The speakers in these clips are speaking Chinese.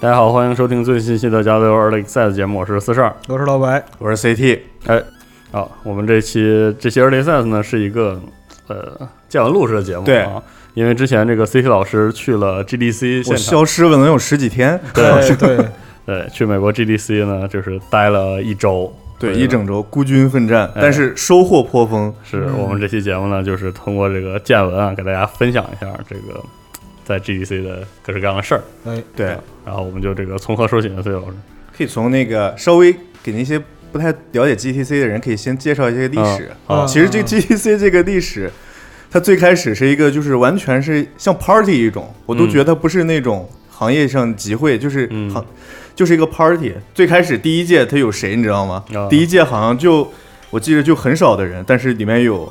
大家好，欢迎收听最新一期的《加 W Early Access》节目，我是四十二。我是老 白，我是 CT，好，我们这期这期 Early Access 呢是一个呃见闻录式的节目，对啊，因为之前这个 CT 老师去了 GDC 我现场，消失了能有十几天，哎 对对，对，去美国 GDC 呢就是待了一周，对，回来一整周孤军奋战，哎但是收获颇丰。是我们这期节目呢，就是通过这个见闻啊，给大家分享一下这个在 GDC 的各式各样的事儿。哎，对啊，，然后我们就这个从何说起呢？崔老师，可以从那个稍微给那些不太了解 GTC 的人，可以先介绍一些历史。啊嗯其实这 GTC 这个历史，它最开始是一个就是完全是像 party 一种，我都嗯觉得它不是那种行业上集会，就是嗯行、就是一个 party。最开始第一届它有谁你知道吗？啊呃第一届好像就我记得就很少的人，但是里面有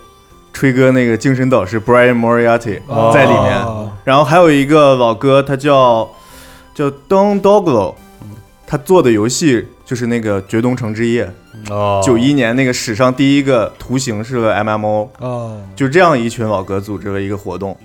吹哥那个精神导师 Brian Moriarty 哦在里面。然后还有一个老哥，他叫叫 Don Doglo，他做的游戏就是那个《绝东城之夜哦》，九一年那个史上第一个图形式的 MMO，哦，就这样一群老哥组织了一个活动。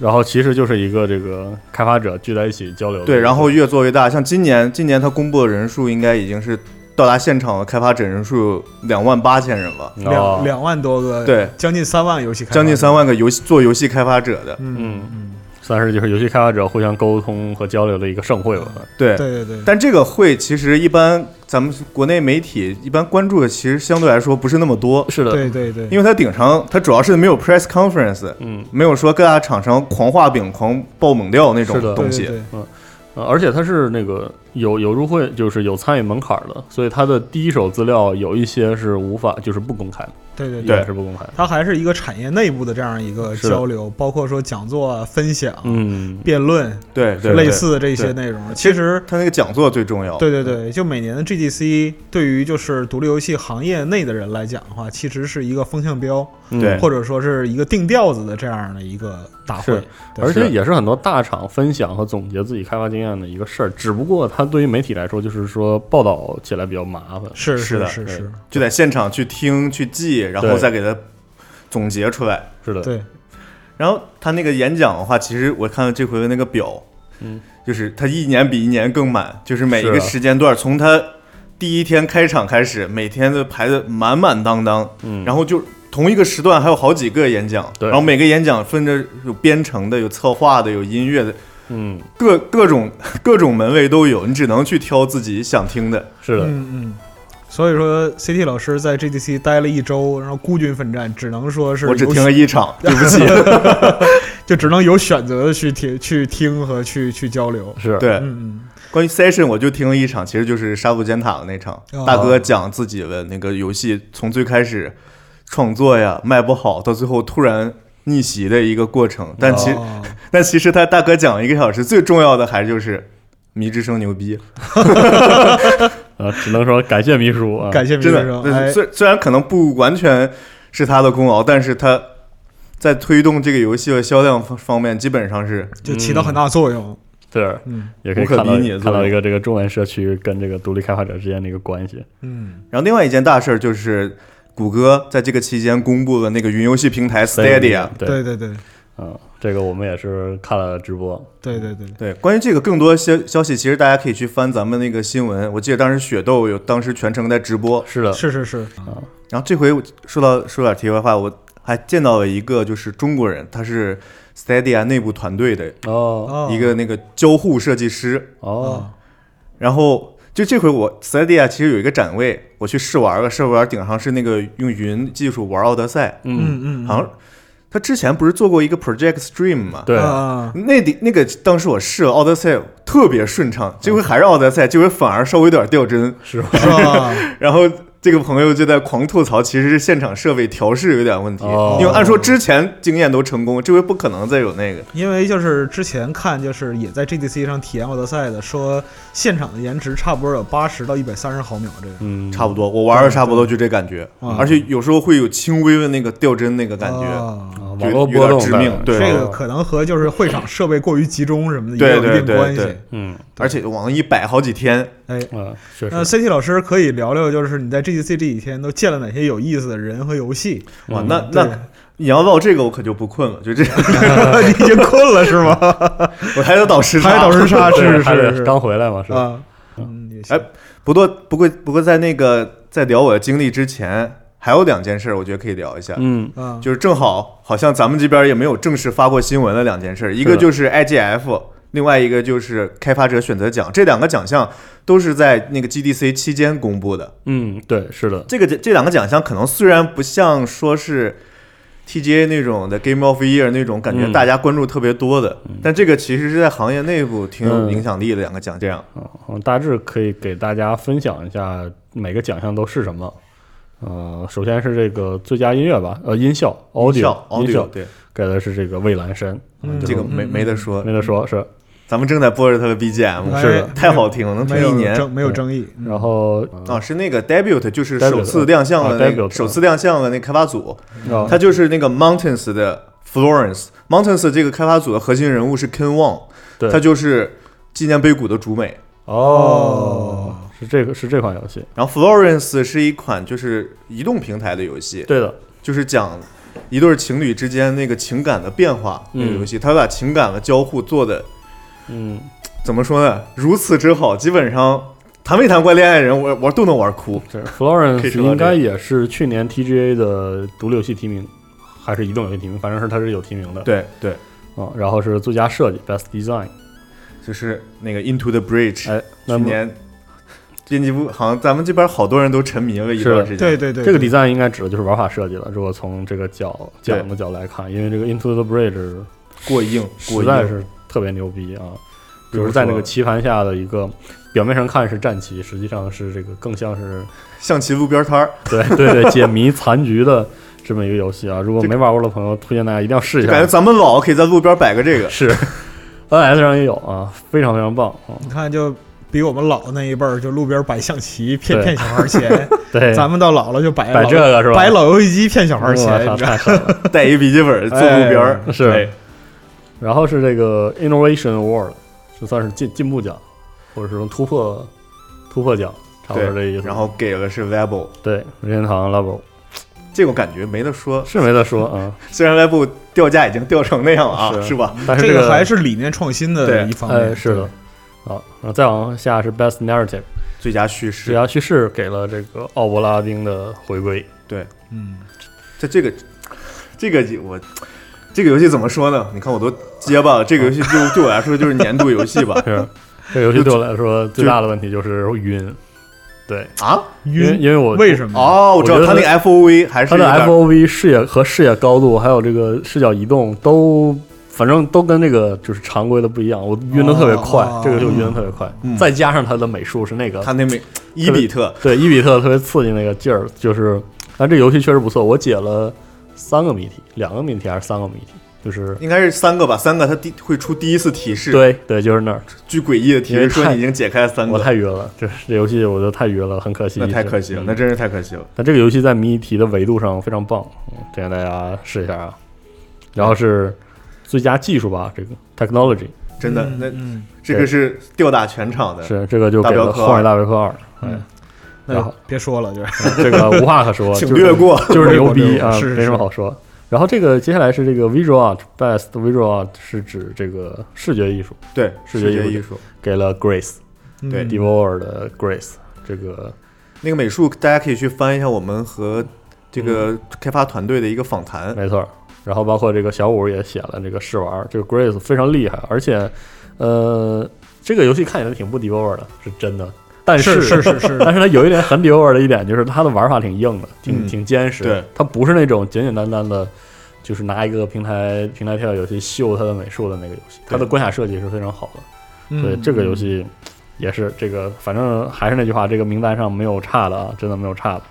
然后其实就是一个这个开发者聚在一起交流的，对，然后越做越大，像今年，今年他公布的人数应该已经是到达现场的开发者人数有两万八千人了，哦两两万多个，对，将近三万游戏开发者，将近三万个游戏做游戏开发者的。嗯，嗯，嗯算是就是游戏开发者互相沟通和交流的一个盛会吧。对嗯，对对对，但这个会其实一般咱们国内媒体一般关注的，其实相对来说不是那么多。是的对对对，因为它顶上它主要是没有 press conference，嗯，没有说各大厂商狂画饼、狂爆猛料那种是的东西。对对对呃而且它是那个有有入会，就是有参与门槛的，所以它的第一手资料有一些是无法，就是不公开的，对对也对是不公开的。它还是一个产业内部的这样一个是的交流，包括说讲座啊、分享、嗯，辩论对对类似的这些对内容，其实。它那个讲座最重要。对对对，就每年的 GDC 对于就是独立游戏行业内的人来讲的话，其实是一个风向标，嗯对或者说是一个定调子的这样的一个大会是。对而且是也是很多大厂分享和总结自己开发经验的一个事儿，只不过它对于媒体来说，就是说报道起来比较麻烦。是是的是是，就在现场去听、去记，然后对再给它总结出来。是的，对，然后他那个演讲的话，其实我看到这回的那个表，嗯，就是他一年比一年更满，就是每一是个啊时间段，从他第一天开场开始，每天都排的满满当当，嗯然后就同一个时段还有好几个演讲，对然后每个演讲分着有编程的、有策划的、有音乐的，嗯，各各种 各种门类都有，你只能去挑自己想听的。是的，嗯嗯。所以说，CT 老师在 GDC 待了一周，然后孤军奋战，只能说是我只有听了一场，对不起。 就只能有选择的去听、去听和去去交流。是，对，嗯关于 session，我就听了一场，其实就是杀戮尖塔的那场，哦大哥讲自己的那个游戏从最开始创作呀卖不好，到最后突然逆袭的一个过程。但嗯，其、哦但其实他大哥讲了一个小时，最重要的还就是迷之声牛逼，呃，只能说感谢秘书啊，感谢明真生，哎的。，虽虽然可能不完全是他的功劳，但是他在推动这个游戏的销量方方面，基本上是就起到很大作用。对，嗯也可以无可看到比拟的看到作一用个这个中文社区跟这个独立开发者之间的一个关系。嗯，然后另外一件大事儿就是，谷歌在这个期间公布了那个云游戏平台 Stadia。对，对对对嗯，这个我们也是看了直播，对对对，对，关于这个更多消消息，其实大家可以去翻咱们那个新闻。我记得当时雪豆有当时全程在直播。是的，是是是，然后这回我说到说点题外话，我还见到了一个就是中国人，他是 Stadia 内部团队的哦哦一个那个交互设计师。哦，然后就这回我 Stadia 其实有一个展位，我去试玩了，试玩顶上是那个用云技术玩奥德赛，嗯，嗯嗯，好像他之前不是做过一个 Project Stream 吗？对，啊，那得那个当时我试了奥德赛特别顺畅，这回还是奥德赛，这回反而稍微有点掉帧。是吧？啊是吧？然后这个朋友就在狂吐槽，其实是现场设备调试有点问题，哦因为按说之前经验都成功，这回不可能再有那个。因为就是之前看，就是也在 GDC 上体验奥德赛的，说现场的延迟差不多有八十到一百三十毫秒这个。嗯，差不多，我玩了差不多就这感觉，嗯而且有时候会有轻微的那个掉帧那个感觉。哦啊就网络有波点动致带命来的对这个可能和就是会场设备过于集中什么的对也有一定对对关系对。嗯，而且往那一摆好几天，哎，嗯，确那实， CT 老师可以聊聊，就是你在 GDC 这几天都见了哪些有意思的人和游戏？哇，嗯那那你要唠这个，我可就不困了，就这， 对 你已经困了是吗？我还得倒时差，还导师差，对是还是得是刚回来嘛，是吧？啊，嗯，也行哎，不过不过不过在那个在聊我的经历之前，还有两件事，我觉得可以聊一下。嗯，啊，就是正好，好像咱们这边也没有正式发过新闻的两件事，一个就是 IGF，另外一个就是开发者选择奖，这两个奖项都是在那个 GDC 期间公布的。嗯，对，是的，这个这两个奖项可能虽然不像说是 TGA 那种的 Game of Year 那种感觉嗯大家关注特别多的，但这个其实是在行业内部挺有影响力的两个奖项。嗯，大致可以给大家分享一下每个奖项都是什么。呃，首先是这个最佳音乐吧，呃，音效 audio 音效音 audio 效对，给的是这个蔚蓝啊神，嗯这个没没得说，没得说是。咱们正在播着他的 BGM，哎是的太好听了，能听没一有年。嗯争没有争议，嗯然后呃啊，是那个 debut，就是 Debut，首次亮相啊的那个、 ，debut，首次亮相的那个开发组，啊它就是那个 Mountains 的 Florence。Mountains 这个开发组的核心人物是 Ken Wong，对他就是纪念碑谷的主美。哦，是这个是这款游戏，然后 Florence 是一款就是移动平台的游戏，对的，就是讲一对情侣之间那个情感的变化那个嗯游戏，它把情感的交互做的嗯，怎么说呢？如此之好，基本上谈没谈过恋爱人，我我都能玩哭。这可以 Florence 说到应该这也是去年 TGA 的独立游戏提名，还是移动游戏提名，反正是它是有提名的。对对，啊，然后是最佳设计 Best Design，就是那个 Into the Bridge。哎，去那么年编辑部好像咱们这边好多人都沉迷了一段时间。对对对，这个对 design 应该指的就是玩法设计了。如果从这个角对讲的角来看，因为这个 Into the Bridge 过硬，过实硬在是特别牛逼啊！比比如如在那说个棋盘下的一个，表面上看是战棋，实际上是这个更像是象棋路边摊儿，对对对解谜残局的这么一个游戏啊。如果没玩过的朋友，推荐大家一定要试一就感觉下。咱们老可以在路边摆个这 个。是 NS 上也有啊，非常非常棒啊！你看就比我们老那一辈儿，就路边摆象棋骗对骗小孩儿钱， 对，咱们到老了就摆摆老这个是吧？嗯摆老游戏机骗小孩儿钱，我操你知道太狠 了！嗯带一笔记本坐路边儿，是哎然后是这个 Innovation Award，这算是进进步奖，或者是说突破突破奖，差不多这意思。然后给了是 Weibo，对任天堂 Level 这个我感觉没得说。是没得说啊，虽然 Weibo 掉价已经掉成那样了啊，是嗯是吧？但是这个个还是理念创新的对一方呃面，是的。好，然后再往下是 Best Narrative，最佳叙最事，佳叙事给了这个奥伯拉丁的回归。。嗯，这这个这个我这个游戏怎么说呢？你看我都结巴了。这个游戏就对我来说就是年度游戏吧 啊是，这个游戏对我来说最大的问题就是晕。对，啊，因为晕，因为我为什么？哦，我知道我觉它得那个 FOV 还是它的有点 FOV 视野和视野高度，还有这个视角移动都。反正都跟那个就是常规的不一样，我晕的特别快，哦这个就晕的特别快，嗯再加上它的美术是那个他那美伊比特，对伊比特特别刺激那个劲儿，就是，但这游戏确实不错，我解了三个谜题，两个谜题还是三个谜题，就是应该是三个吧，三个他第会出第一次提示，对对，就是那儿，巨诡异的提因示为说太你已经解开了三我个，太晕了，这这游戏我觉得太晕了，很可惜，那太可惜了，嗯那真是太可惜了。但这个游戏在谜题的维度上非常棒，嗯推荐大家试一下啊。然后是最佳技术吧，这个 technology 真的，嗯那嗯这个是吊打全场的，是这个就给大镖了《客二嗯荒野大镖客二》，嗯哎，那然后就别说了，就是这个无话可说， 请就是略过。 就是牛逼略过略过啊，是是没什么好说。然后这个接下来是这个 visual art best visual art 是指这个视觉艺术，对，视觉觉艺艺术给了 Grace 对嗯 Devour 的 Grace 这个那个美术，大家可以去翻一下我们和这个开发团队的一个访嗯谈。没错儿。然后包括这个小五也写了这个试玩儿，这个 Grace 非常厉害，而且呃，这个游戏看起来挺不 Devour 的，是真的。但是是是但 是，是它有一点很 Devour 的一点，就是它的玩法挺硬的，挺、嗯挺坚实的对。它不是那种简简单单的，就是拿一个平台平台跳跃游戏秀它的美术的那个游戏。它的关卡设计是非常好的，所以嗯这个游戏也是这个，反正还是那句话，这个名单上没有差的啊，真的没有差的，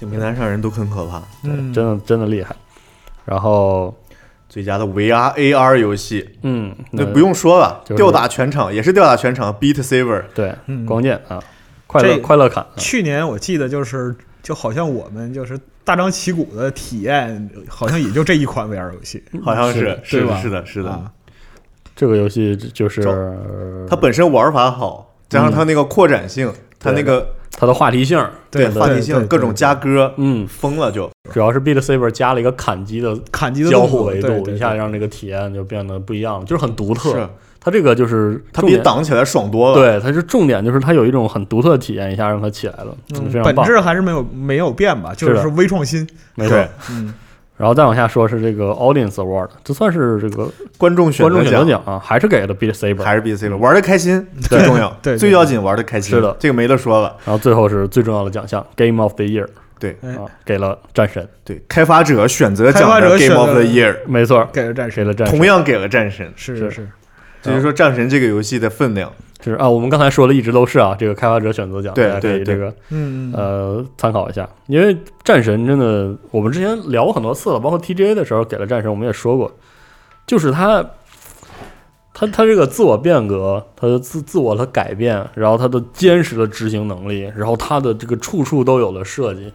这名单上人都很可怕。嗯真的真的厉害。然后，最佳的 VR AR 游戏，嗯，那那不用说了，就是吊打全场，也是吊打全场。Beat Saber，对嗯光剑啊，快乐这快乐啊感，去年我记得就是，就好像我们就是大张旗鼓的体验，好像也就这一款 VR 游戏，好像是的是是对吧的，是的，是的。啊，这个游戏就是它本身玩法好，加上它那个扩展性，它那个它的话题性，对对话题对性对各种加歌，嗯，疯了就。主要是 Beat Saber 加了一个砍击的砍击的交动互作维对度，对一下对让这个体验就变得不一样了，就是很独是特。，它这个就是它重比点，挡起来爽多了。对，它是重点，就是它有一种很独特的体验，一下让它起来了，嗯非常本棒，质还是没有没有变吧，就是是的微创新。没错。嗯，然后再往下说是这个 Audience Award，这算是这个观众选观众择选择奖啊，还是给了 Beat Saber，还是 B C 了，玩的开心最重要，对对最要紧玩的开心，是的这个没得说了。然后最后是最重要的奖项 Game of the Year，对哎啊，给了战神，对，开发者选择奖开发者的选择 Game of the Year 没错，给了战给神，了战神同。样给了战神，是是是，这就是说战神这个游戏的分量。是啊，我们刚才说的一直都是啊，这个开发者选择奖，对大家可以对对这个嗯嗯，呃参考一下，因为战神真的，我们之前聊过很多次了，包括 TGA 的时候给了战神，我们也说过，就是他他他这个自我变革，他的自自我的改变，然后他的坚实的执行能力，然后他的这个处处都有了设计，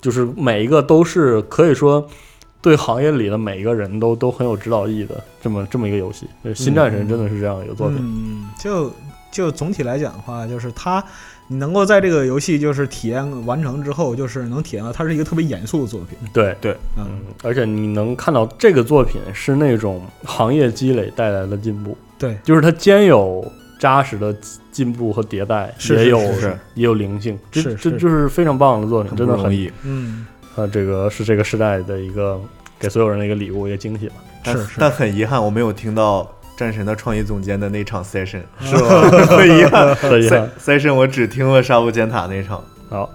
就是每一个都是可以说对行业里的每一个人都都很有指导意义的这么这么一个游戏，就是新战神真的是这样一个作品，嗯，就就总体来讲的话，就是它，你能够在这个游戏就是体验完成之后，就是能体验到它是一个特别严肃的作品。对。嗯，嗯，而且你能看到这个作品是那种行业积累带来的进步，对，就是它兼有扎实的进步和迭代，是也是有是是也有灵性，这是这是就是非常棒的作品，很真不的容很易，嗯，呃，这个是这个时代的一个给所有人的一个礼物，一个惊喜 吧。但是是但很遗憾，我没有听到战神的创意总监的那场 session，是吧？ 很遗憾所以啊，se-，session 我只听了沙乌尖塔那场，好，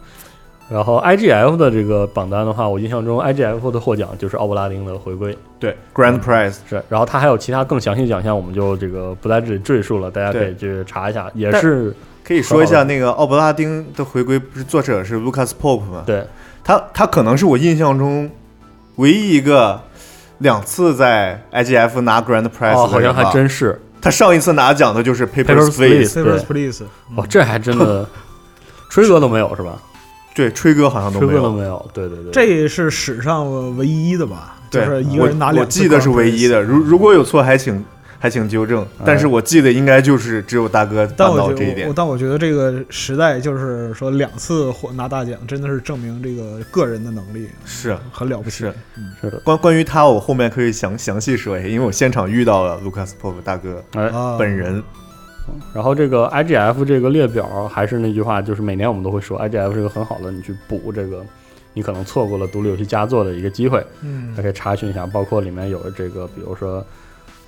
然后 IGF 的这个榜单的话，我印象中 IGF 的获奖就是奥布拉丁的回归，对，Grand Prize，是，然后它还有其他更详细的奖项，我们就这个不在这里赘述了，大家可以去对查一下，也但是可以说一下那个奥布拉丁的回归，不是作者是 Lucas Pope 吗？对。他他可能是我印象中唯一一个两次在 IGF 拿 Grand Prize 的人啊吧哦，好像还真是，他上一次拿奖的就是 Papers, Papers Please Please， s a b e r s Please，哦，这还真 的，吹哥都没有是吧？对，吹哥好像啊都吹没哥都有。没有，对对对，这是史上唯一的吧？就对，是一个人拿我我两次记得是 Grand 唯一 Prix 的，如如果有错还请还请纠正，但是我记得应该就是只有大哥但办我到觉这一得，我点。但我觉得这个时代就是说两次获拿大奖，真的是证明这个个人的能力是啊很了不起。是嗯是的，关关于他，我后面可以详详细说一下，因为我现场遇到了 Lucas Pope 大哥哎，啊，本人。然后这个 IGF 这个列表还是那句话，就是每年我们都会说 IGF 是个很好的，你去补这个。你可能错过了独立游戏佳作的一个机会，嗯大家可以查询一下，包括里面有这个，比如说，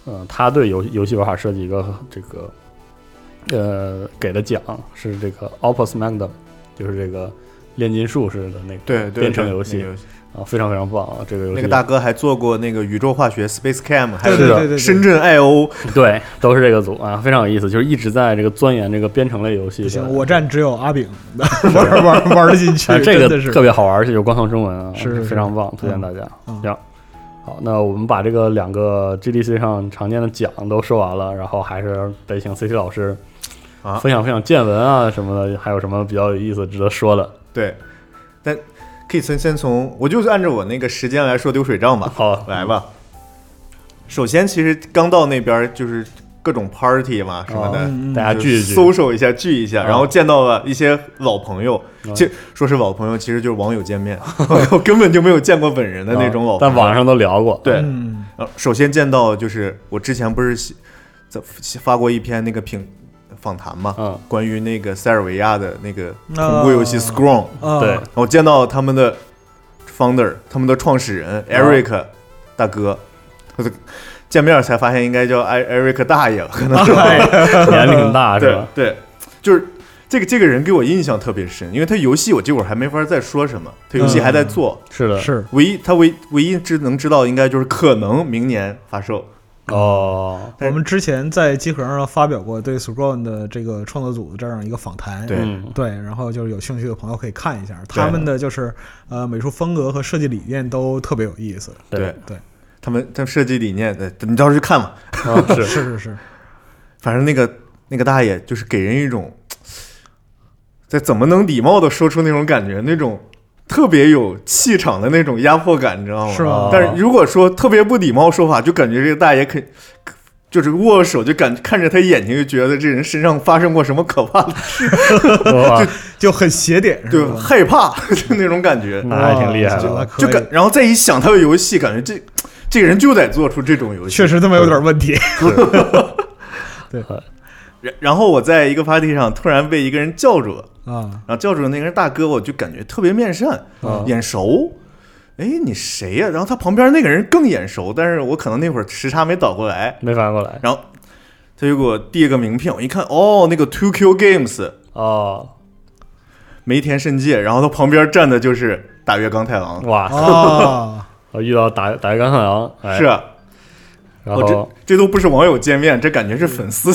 呃，他对游游戏玩法设计一个这个，呃，给的奖是这个 Opus Magnum，就是这个炼金术士的那个对对，编程对游戏那个啊，非常非常棒啊！这个游戏那个大哥还做过那个宇宙化学 Space Cam，还有对是的对对对，深圳 I O， 对，都是这个组啊，非常有意思，就是一直在这个钻研这个编程类游戏的。不行，我站只有阿炳 玩玩玩得进去啊，，这真个的是特别好玩，而且有官方中文啊，是是非常棒，推荐大家。嗯行，好，那我们把这个两个 GDC 上常见的奖都说完了，然后还是得请 CT 老师啊分享分享见闻啊什么的，还有什么比较有意思值得说的。对，但可以先先从，我就是按照我那个时间来说流水账吧，好，来吧。首先，其实刚到那边儿就是各种 party 嘛什么的，啊嗯嗯大家就聚一聚， social 一下，聚一下，啊然后见到了一些老朋友。哦其实说是老朋友，其实就是网友见面， 我根本就没有见过本人的那种老朋友。啊但网上都聊过，对，嗯呃，首先见到就是我之前不是写在发过一篇那个评访谈嘛，嗯，关于那个塞尔维亚的那个恐啊怖游戏 Scrum，、啊， 对，我见到他们的 founder，他们的创始啊人 Eric、大哥，我这见面才发现应该叫艾 Eric 大爷了，可能是 吧？年龄很大哎是对吧？对，就是这个这个人给我印象特别深，因为他游戏我这会儿还没法再说什么，他游嗯戏还在做，是的，是唯一他唯唯一只能知道应该就是可能明年发售，哦，我们之前在集合上发表过对 Scrum 的这个创作组这样一个访谈，对嗯对，然后就是有兴趣的朋友可以看一下，他们的就是呃美术风格和设计理念都特别有意思。对，对他们他们设计理念，呃你到时候去看吧，啊是是是是，反正那个那个大爷就是给人一种，这怎么能礼貌的说出那种感觉，那种特别有气场的那种压迫感，你知道吗？是吗吧？但是如果说特别不礼貌说法，就感觉这个大爷肯就是握手就感看着他眼睛就觉得这人身上发生过什么可怕的，哇，就很邪点，是就吧？害怕 就那种感 觉，那还挺厉害哇的。可以就感然后再一想他的游戏，感觉这这个人就得做出这种游戏，确实他妈有点问题。然然后我在一个 party 上突然被一个人叫住了，啊然后叫住的那个人大哥，我就感觉特别面善，嗯眼熟。哎，你谁呀、然后他旁边那个人更眼熟，但是我可能那会儿时差没倒过来，没反应过来然后他就给我递个名片，我一看，哦，那个 Two Q Games 哦，梅田圣界，然后他旁边站的就是大月刚太郎，哇，啊！我遇到打打一杆汉阳，哎哦是，啊，然我后这这都不是网友见面，这感觉是粉丝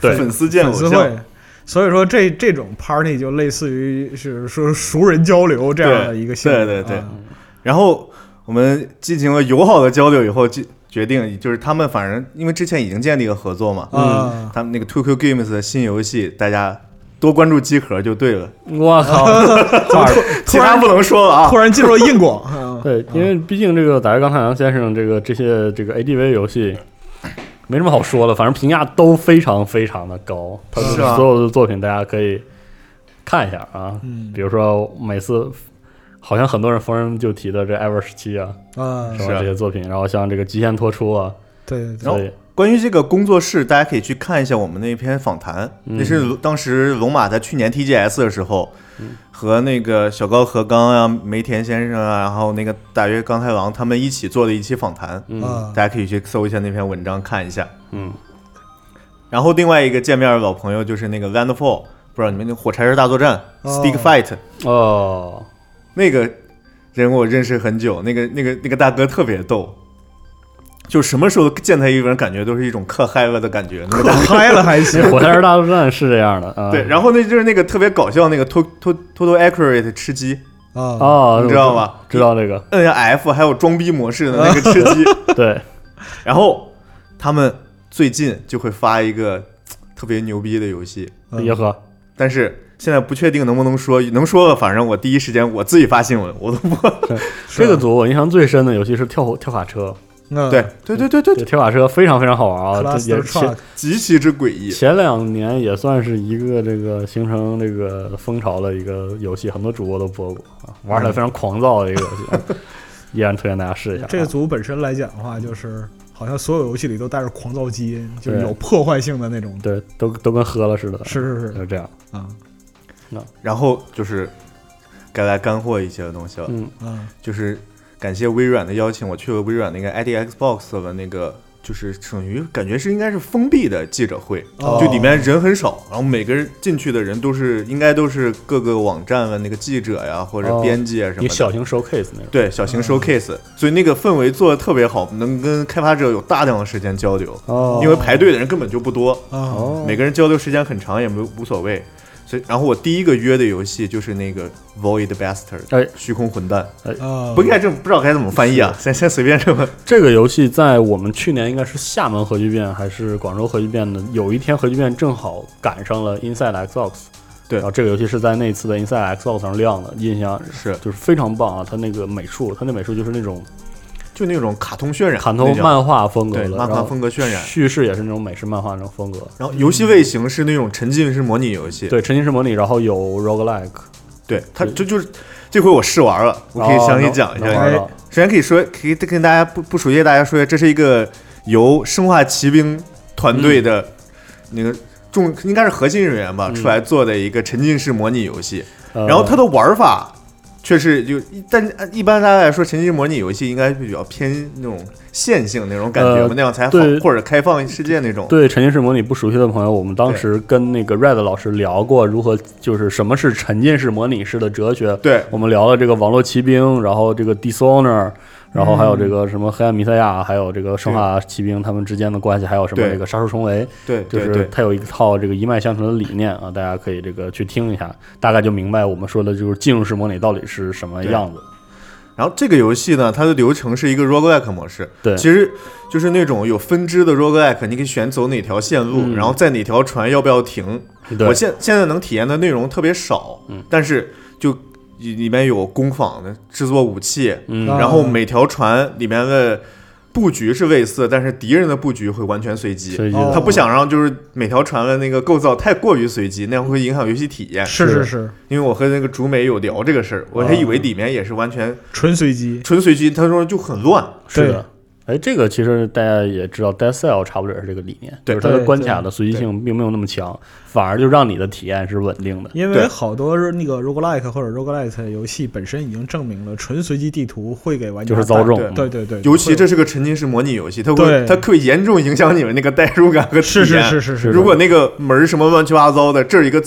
对 粉丝见粉偶丝像会。所以说这这种 party 就类似于是说熟人交流这样的一个性质，对对对啊然后我们进行了友好的交流以后，决决定就是他们反正因为之前已经建立了合作嘛，啊，他们那个 Two Q Games 的新游戏，大家多关注机壳就对了，我 靠，其他不能说了啊突。然进入了硬广，啊对，因为毕竟这个打开刚太阳先生这个这些这个 ADV 游戏没什么好说的，反正评价都非常非常的高，他是啊的所有的作品大家可以看一下啊，嗯比如说每次。好像很多人逢人就提的这 Ever 十七啊，啊，什是么啊哦这些作品，然后像这个极限脱出啊，对对对，然所后以关于这个工作室，大家可以去看一下我们那篇访谈，嗯那是当时龙马在去年 TGS 的时候，和那个小高和刚啊、梅田先生啊，然后那个大约刚太郎他们一起做的一期访谈，嗯啊，大家可以去搜一下那篇文章看一下。嗯，然后另外一个见面的老朋友就是那个 Landfall，不知道你们那火柴人大作战、哦 Stick Fight 哦，那个人我认识很久，那个那个那个大哥特别逗，就什么时候见他一个人，感觉都是一种嗑嗨了的感觉。那个可嗨 了还行这，火柴人大作战是这样的啊， 对，然后那就是那个特别搞笑那个 to to total accurate 吃鸡，啊哦，你知道吧知道这个，摁下 F 还有装逼模式的那个 吃鸡，对，然后他们最近就会发一个特别牛逼的游戏，嗯耶和但是现在不确定能不能说，能说的反正我第一时间我自己发新闻，我都不是这个组我印象最深的游戏是跳火跳卡车，嗯对 啊对对对对，这跳卡车非常非常好玩啊，这 cluster 也前 truck 极其之诡异。前两年也算是一个这个形成这个风潮的一个游戏，很多主播都播过啊，玩起来非常狂躁的一个游戏，啊依然推荐大家试一下啊。这个组本身来讲的话，就是好像所有游戏里都带着狂躁基因，就是对有破坏性的那种，对都都跟喝了似的，是是是就这样。啊然后就是该来干货一些的东西了，嗯啊就是感谢微软的邀请，我去了微软那个 ID Xbox 的那个。就是属于感觉是应该是封闭的记者会，哦就里面人很少，然后每个人进去的人都是应该都是各个网站的那个记者呀或者哦编辑啊什么一的，个小型 showcase 那种。对小型嗯 showcase，、所以那个氛围做的特别好，能跟开发者有大量的时间交流，哦因为排队的人根本就不多，啊哦，每个人交流时间很长也没无所谓。所以，然后我第一个约的游戏就是那个 Void Bastard，哎哦虚空混蛋，啊！不应该这么不知道该怎么翻译啊，先先随便这么。这个游戏在我们去年应该是厦门核聚变还是广州核聚变的，有一天核聚变正好赶上了 Inside Xbox，对然后这个游戏是在那次的 Inside Xbox 上亮的，印象是，就是非常棒啊！它那个美术，它那美术就是那种 就那种卡通渲染，砍头那叫漫画风格对的，漫画然后风格渲染叙事也是那种美式漫画那种风格。然后游戏类型是那种沉浸式模拟游戏，对，沉浸式模拟，然后有 roguelike，对，它就就是这回我试玩了，我可以哦详细能讲一下能。玩到首先可以说，可以跟大家不不熟悉的大家说一下，这是一个由生化奇兵团队的那个重应该是核心人员吧嗯出来做的一个沉浸式模拟游戏。呃然后它的玩法确实就，但一般大家来说，沉浸式模拟游戏应该比较偏那种线性那种感觉嘛，呃那样才好对，或者开放世界那种。对沉浸式模拟不熟悉的朋友，我们当时跟那个 Red 老师聊过如何，就是什么是沉浸式模拟式的哲学。对我们聊了这个《网络骑兵》，然后这个《Dishonor》，然后还有这嗯个什么《黑暗弥赛亚》，还有这个《生化奇兵》他们之间的关系，还有什么对这个《杀出重围》，对就对是对，它有一套这个一脉相承的理念啊，大家可以这个去听一下，大概就明白我们说的就是进入式模拟到底是什么样子。然后这个游戏呢，它的流程是一个 roguelike 模式，对，其实就是那种有分支的 roguelike，你可以选走哪条线路，嗯然后在哪条船要不要停。对我现现在能体验的内容特别少，嗯但是就里里面有工坊的制作武器，嗯啊然后每条船里面的布局是类似，但是敌人的布局会完全随机。随机哦的他不想让就是每条船的那个构造太过于随机，那样会影响游戏体验。是是是是，因为我和那个竹美有聊这个事儿，我啊还以为里面也是完全纯随机。纯随机，他说就很乱。是对的。哎，这个其实大家也知道，Dead Cell 差不多也是这个理念，对就是它的对关对卡的随机性并没有那么强，反而就让你的体验是稳定的。因为对好多那个 roguelike 或者 roguelite 游戏本身已经证明了，纯随机地图会给玩家就是遭带众对对对对，尤其会这是个沉浸式模拟游戏，它会对它会严重影响你们那个代入感和体验。是是是是是，如果那个门儿什么乱七八糟的，这儿一个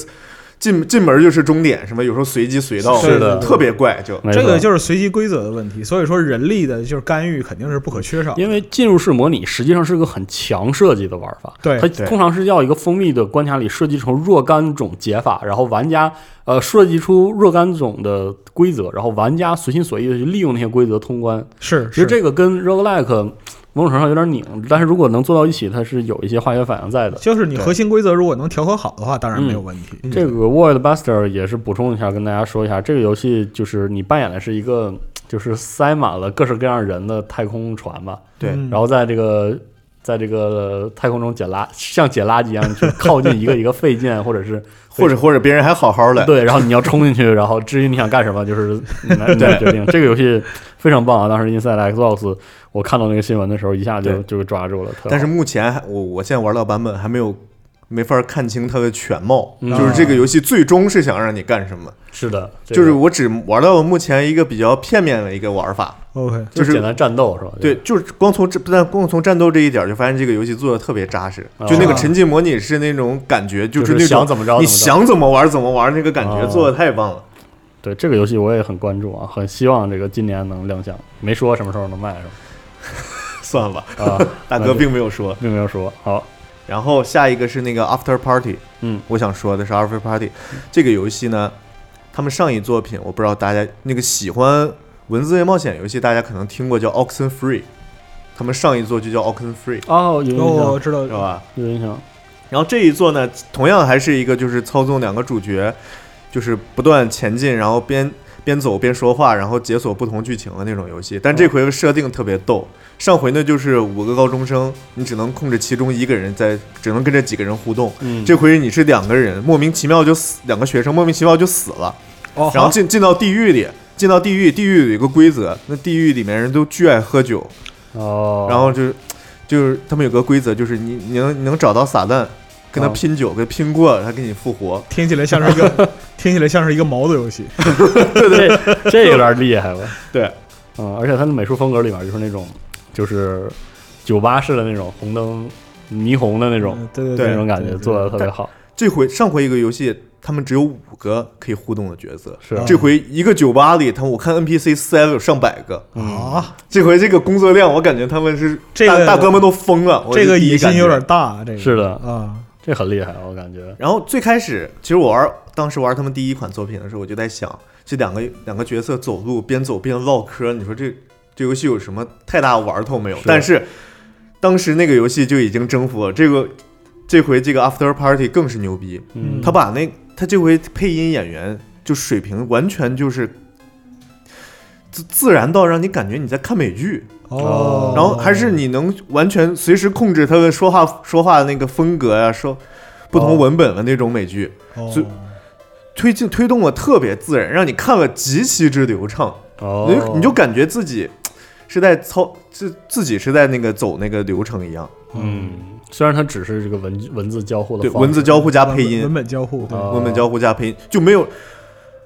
进进门儿就是终点，什么有时候随机随到，是的特别怪就。没这个错就是随机规则的问题，所以说人力的就是干预肯定是不可缺少的。因为进入式模拟实际上是个很强设计的玩法，对它对通常是要一个封闭的关卡里设计成若干种解法，然后玩家呃设计出若干种的规则，然后玩家随心所欲的去利用那些规则通关。是，其实是这个跟 roguelike 某种程度上有点拧，但是如果能做到一起，它是有一些化学反应在的。就是你对核心规则如果能调和好的话，当然没有问题。嗯这个 Void Buster 也是补充一下，跟大家说一下，这个游戏就是你扮演的是一个就是塞满了各式各样人的太空船吧，对嗯然后在这个在这个太空中捡垃，像捡垃圾一样去靠近一个 一个废舰，或者是或者或者别人还好好的，对，然后你要冲进去，然后至于你想干什么，就是你来你来决定。这个游戏非常棒啊！当时 Inside Xbox 我看到那个新闻的时候，一下就对就抓住了。特好但是目前还我我现在玩到版本还没有。没法看清它的全貌，嗯就是这个游戏最终是想让你干什么？是的，这就是个我只玩到目前一个比较片面的一个玩法， OK，就就是简单战斗是吧？对，，就是光从这，但光从战斗这一点儿就发现这个游戏做的特别扎实，就那个哦沉浸模拟是那种感觉，就啊就是是那想种怎么着你怎么着。想怎么玩儿怎么玩儿那个感觉哦做的太棒了。对这个游戏我也很关注啊，很希望这个今年能亮相。没说什么时候能卖是算了吧，吧？啊，大那哥就并没有说。并没有说。好，然后下一个是那个 After Party，嗯，我想说的是 After Party 这个游戏呢，他们上一作品我不知道大家那个喜欢文字类冒险游戏，大家可能听过叫 Oxen Free，他们上一作就叫 Oxen Free，哦，有印哦，我象，知道知道吧？有印象。然后这一座呢，同样还是一个就是操纵两个主角，就是不断前进，然后边边走边说话，然后解锁不同剧情的那种游戏。但这回的设定特别逗，上回呢就是五个高中生，你只能控制其中一个人在，只能跟这几个人互动。嗯，这回你是两个人，莫名其妙就死，两个学生莫名其妙就死了，哦，然后好进进到地狱里，进到地狱，地狱有一个规则，那地狱里面人都巨爱喝酒，哦，然后就是就是他们有个规则，就是你你能你能找到撒旦，跟他哦拼酒，跟他拼过了，他给你复活。听起来像是一 个听起来像是一个毛的游戏。这这有点厉害吧？对，嗯，而且它的美术风格里面就是那种，就是酒吧式的那种红灯霓虹的那种、嗯对对对那种感觉，对做的特别好。这回上回一个游戏，他们只有五个可以互动的角色，是啊嗯这回一个酒吧里，他们我看 NPC 四 F 有上百个，嗯，啊，这回这个工作量，我感觉他们是这个大大哥们都疯了，我这个第一野感心觉有点大，这个是的，啊，这很厉害，我感觉。然后最开始，其实我玩当时玩他们第一款作品的时候，我就在想，这两个两个角色走路边走边唠嗑，你说这这游戏有什么太大玩头没有？是但是当时那个游戏就已经征服了这个，这回这个 After Party 更是牛逼，嗯，他把那他这回配音演员就水平完全就是。自自然到让你感觉你在看美剧，哦，然后还是你能完全随时控制他的说话说话那个风格呀、说不哦同文本的那种美剧，哦最推进推动的特别自然，让你看了极其之流畅，哦，你就你就感觉自己是在操自自己是在那个走那个流程一样，嗯，虽然它只是这个文字文字交互的对，方式文字交互加配文音文，本交互，对哦文本交互加配音就没有。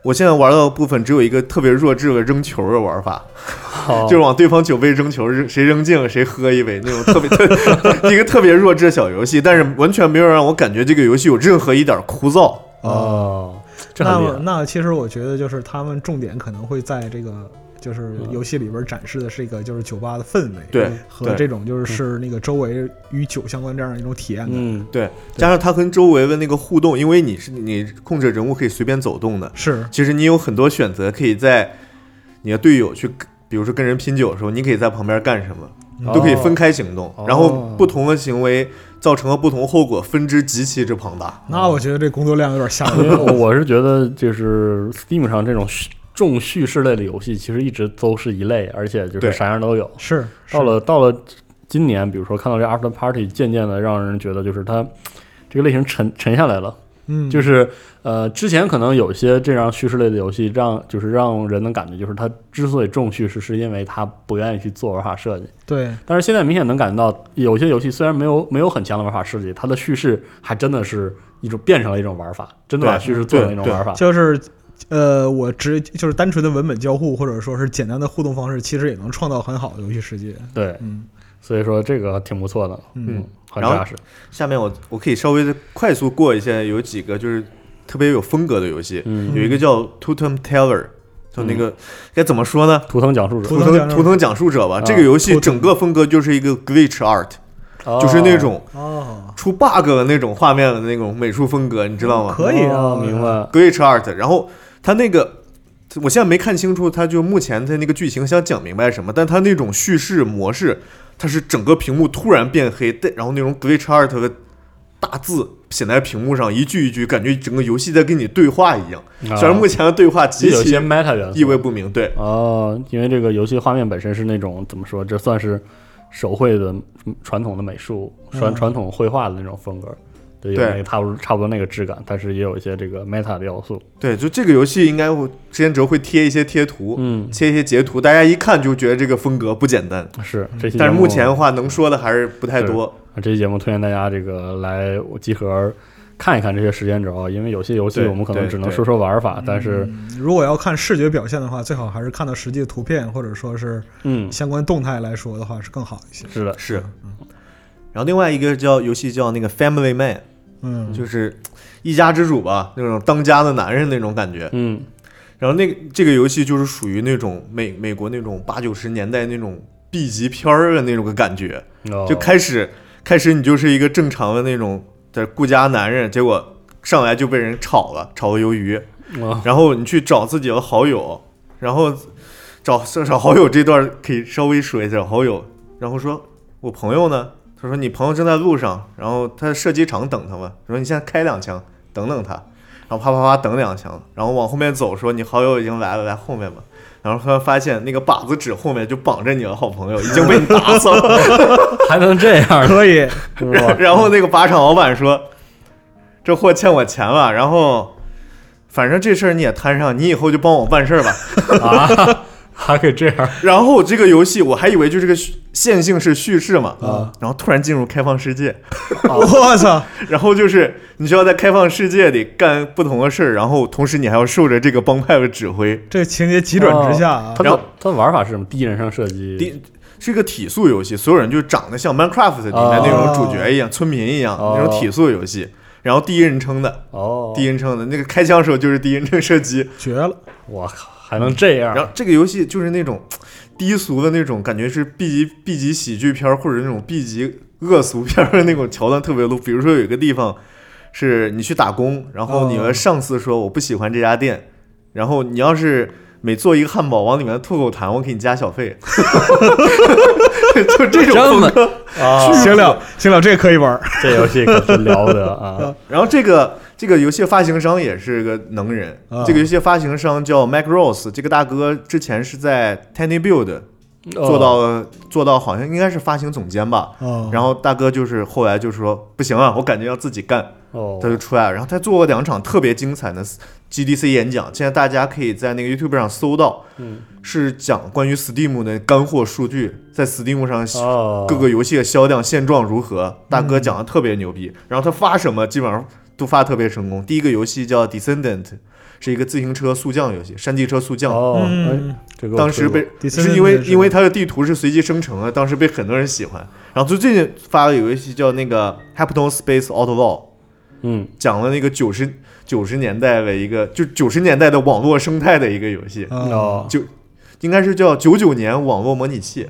我现在玩到的部分只有一个特别弱智的扔球的玩法，好就是往对方酒杯扔球，扔谁扔进了谁喝一杯那种特别 特一个特别弱智的小游戏，但是完全没有让我感觉这个游戏有任何一点枯燥。哦，这那很厉么害。呃那其实我觉得就是他们重点可能会在这个就是嗯游戏里边展示的是一个就是酒吧的氛围，对和对这种就是是那个周围与酒相关这样一种体验感。嗯，对，加上它跟周围的那个互动，因为你是你控制人物可以随便走动的，是，其实你有很多选择，可以在你的队友去，比如说跟人拼酒的时候，你可以在旁边干什么，嗯都可以分开行动。哦然后不同的行为造成了不同后果，分支极其之庞大。嗯那我觉得这工作量有点吓因为人。我我是觉得，就是 Steam 上这种虚重叙事类的游戏其实一直都是一类，而且就对是啥样都有。 是是到了到了今年，比如说看到这 After Party，渐渐的让人觉得就是它这个类型沉沉下来了。嗯，就是是呃，之前可能有一些这样叙事类的游戏让，就是让人的感觉就是它之所以重叙事，是因为它不愿意去做玩法设计。对但是现在明显能感觉到，有些游戏虽然没有没有很强的玩法设计，它的叙事还真的是一种变成了一种玩法，真的把对叙事做成一种对玩法。就是。呃，我直就是单纯的文本交互，或者说是简单的互动方式，其实也能创造很好的游戏世界。对，嗯所以说这个挺不错的，嗯，很然后扎实。下面我我可以稍微的快速过一下，有几个就是特别有风格的游戏，嗯，有一个叫 Totem Teller，就那个、该怎么说呢？图腾讲述者图图腾讲腾述图腾讲述者吧，啊这个游戏 Totem 整个风格就是一个 glitch art，、哦就是那种哦，出 bug 的那种画面的那种美术风格，你知道吗可以啊哦明白。 ？glitch art，然后它那个。我现在没看清楚，它就目前它那个剧情想讲明白什么，但它那种叙事模式，它是整个屏幕突然变黑，但然后那种 glitch art 的大字显在屏幕上，一句一句，感觉整个游戏在跟你对话一样。虽然目前前的对话极啊有一些其 meta 元素意味不明，对，哦，因为这个游戏画面本身是那种怎么说，这算是手绘的嗯传统的美术传、嗯传统绘画的那种风格，对，有对那个差不多差不多那个质感，但是也有一些这个 meta 的要素。对，就这个游戏应该我之前只会贴一些贴图，嗯，切一些截图，大家一看就觉得这个风格不简单。是这期节目。嗯但是目前的话，能说的还是不太多。这期节目推荐大家这个来集合看一看这些时间轴，啊因为有些游戏对我们可能对只能对说说玩法，但是嗯如果要看视觉表现的话，最好还是看到实际的图片，或者说是嗯，相关动态来说的话是更好一些。是的，是，嗯然后另外一个叫游戏叫那个 Family Man，嗯，就是一家之主吧，那种当家的男人那种感觉。嗯然后那个这个游戏就是属于那种美美国那种八九十年代那种 B 级片儿的那种个感觉，哦就开始开始你就是一个正常的那种的顾家男人，结果上来就被人炒了，炒个鱿鱼。哦然后你去找自己的好友，然后找找好友这段可以稍微说一下好友，然后说我朋友呢，他说你朋友正在路上，然后他在射击场等他吧，说你现在开两枪，等等他，然后啪啪啪等两枪，然后往后面走，说你好友已经来了，来后面吧。然后突然发现那个靶子纸后面就绑着你的好朋友，已经被你打死了。还能这样，可 以，是吧？然后那个靶场老板说：“这货欠我钱了，然后反正这事儿你也摊上，你以后就帮我办事儿吧。”啊，还可以这样然后这个游戏我还以为就是个叙线性是叙事嘛，啊然后突然进入开放世界，我操，然后就是你需要在开放世界里干不同的事儿，然后同时你还要受着这个帮派的指挥。这个情节急转直下啊！它然后的它的玩法是什么？第一人称射击，第是一个体速游戏，所有人就长得像 Minecraft 里面那种主角一样、村民一样、哦那种体速游戏。然后第一人称的，哦，第一人称的那个开枪的时候就是第一人称射击。绝了，我靠，还能这样？然后这个游戏就是那种低俗的那种感觉，是 B 级 B 级喜剧片儿或者那种 B 级恶俗片儿的那种桥段特别多。比如说有一个地方是你去打工，然后你的上司说我不喜欢这家店，然后你要是每做一个汉堡往里面吐口痰，我给你加小费， 就这种这么风格。啊，行了行了，这可以玩儿。这游戏可真了不得啊！然后这个这个游戏发行商也是个能人，啊这个游戏发行商叫 Mac Rose，这个大哥之前是在 Tiny Build 哦做到、做到好像应该是发行总监吧。哦，啊然后大哥就是后来就说不行啊，我感觉要自己干，哦，他就出来了。然后他做过两场特别精彩的 GDC 演讲，现在大家可以在那个 YouTube 上搜到，嗯是讲关于 Steam 的干货数据，在 Steam 上哦，嗯各个游戏的销量现状如何。大哥讲的特别牛逼，然后他发什么基本上都发特别成功。第一个游戏叫 Descendant，是一个自行车速降游戏，山地车速降。哦，哎嗯，这个我当时知道被是 Descendant 因为是因为它的地图是随机生成的，当时被很多人喜欢。然后最近发了有一期叫那个《Hapton Space Outlaw》，嗯讲了那个九十九十年代的一个，就九十年代的网络生态的一个游戏，哦，哦就应该是叫九九年网络模 拟器。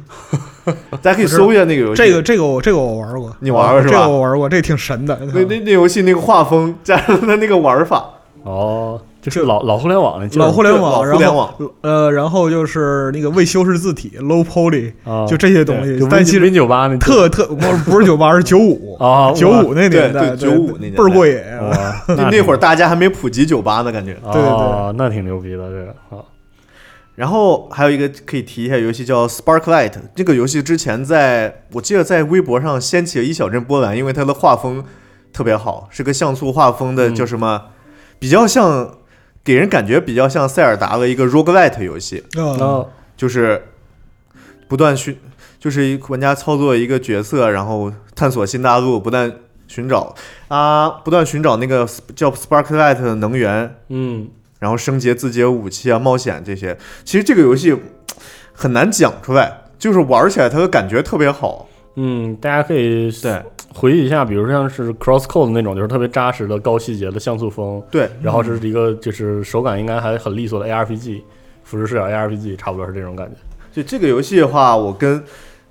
大家可以搜一下那个游戏，这个这个我这个我玩过，哦你玩过是这吧个我玩过，这个挺神的。嗯那那那游戏那个画风加上它那个玩法，哦，就是老老互联网的劲儿老互联老网，互然联后网呃，然后就是那个未修饰字体 （low poly），哦啊，就这些东西就。但其 Win 实九八那特特不是不是九八，是九五啊九五那对年代，对95那年倍儿啊代过瘾。哇， 那那会儿大家还没普及酒吧呢，感觉。哦对对对那挺牛逼的这个啊，然后还有一个可以提一下游戏叫 Sparklight，这个游戏之前在我记得在微博上掀起了一小阵波澜，因为它的画风特别好，是个像素画风的，嗯叫什么，比较像，给人感觉比较像塞尔达的一个 roguelite 游戏，然啊后就是不断寻，就是一玩家操作一个角色，然后探索新大陆，不断寻找啊，不断寻找那个叫 Sparklight 的能源，嗯，然后升级自己的武器啊、冒险这些。其实这个游戏很难讲出来，就是玩起来它的感觉特别好。嗯，大家可以对回忆一下，比如像是 Crosscode 那种，就是特别扎实的高细节的像素风，对，然后这是一个就是手感应该还很利索的 ARPG，俯视视角 ARPG，差不多是这种感觉。就这个游戏的话，我跟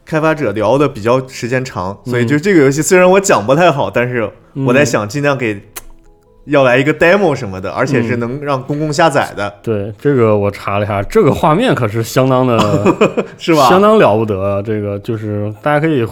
开发者聊的比较时间长，所以嗯就这个游戏虽然我讲不太好，但是我在想尽量给。要来一个 demo 什么的，而嗯且是能让公共下载的，对这个我查了一下，这个画面可是相 当的，是吧？相当了不得。啊这个就是大家可以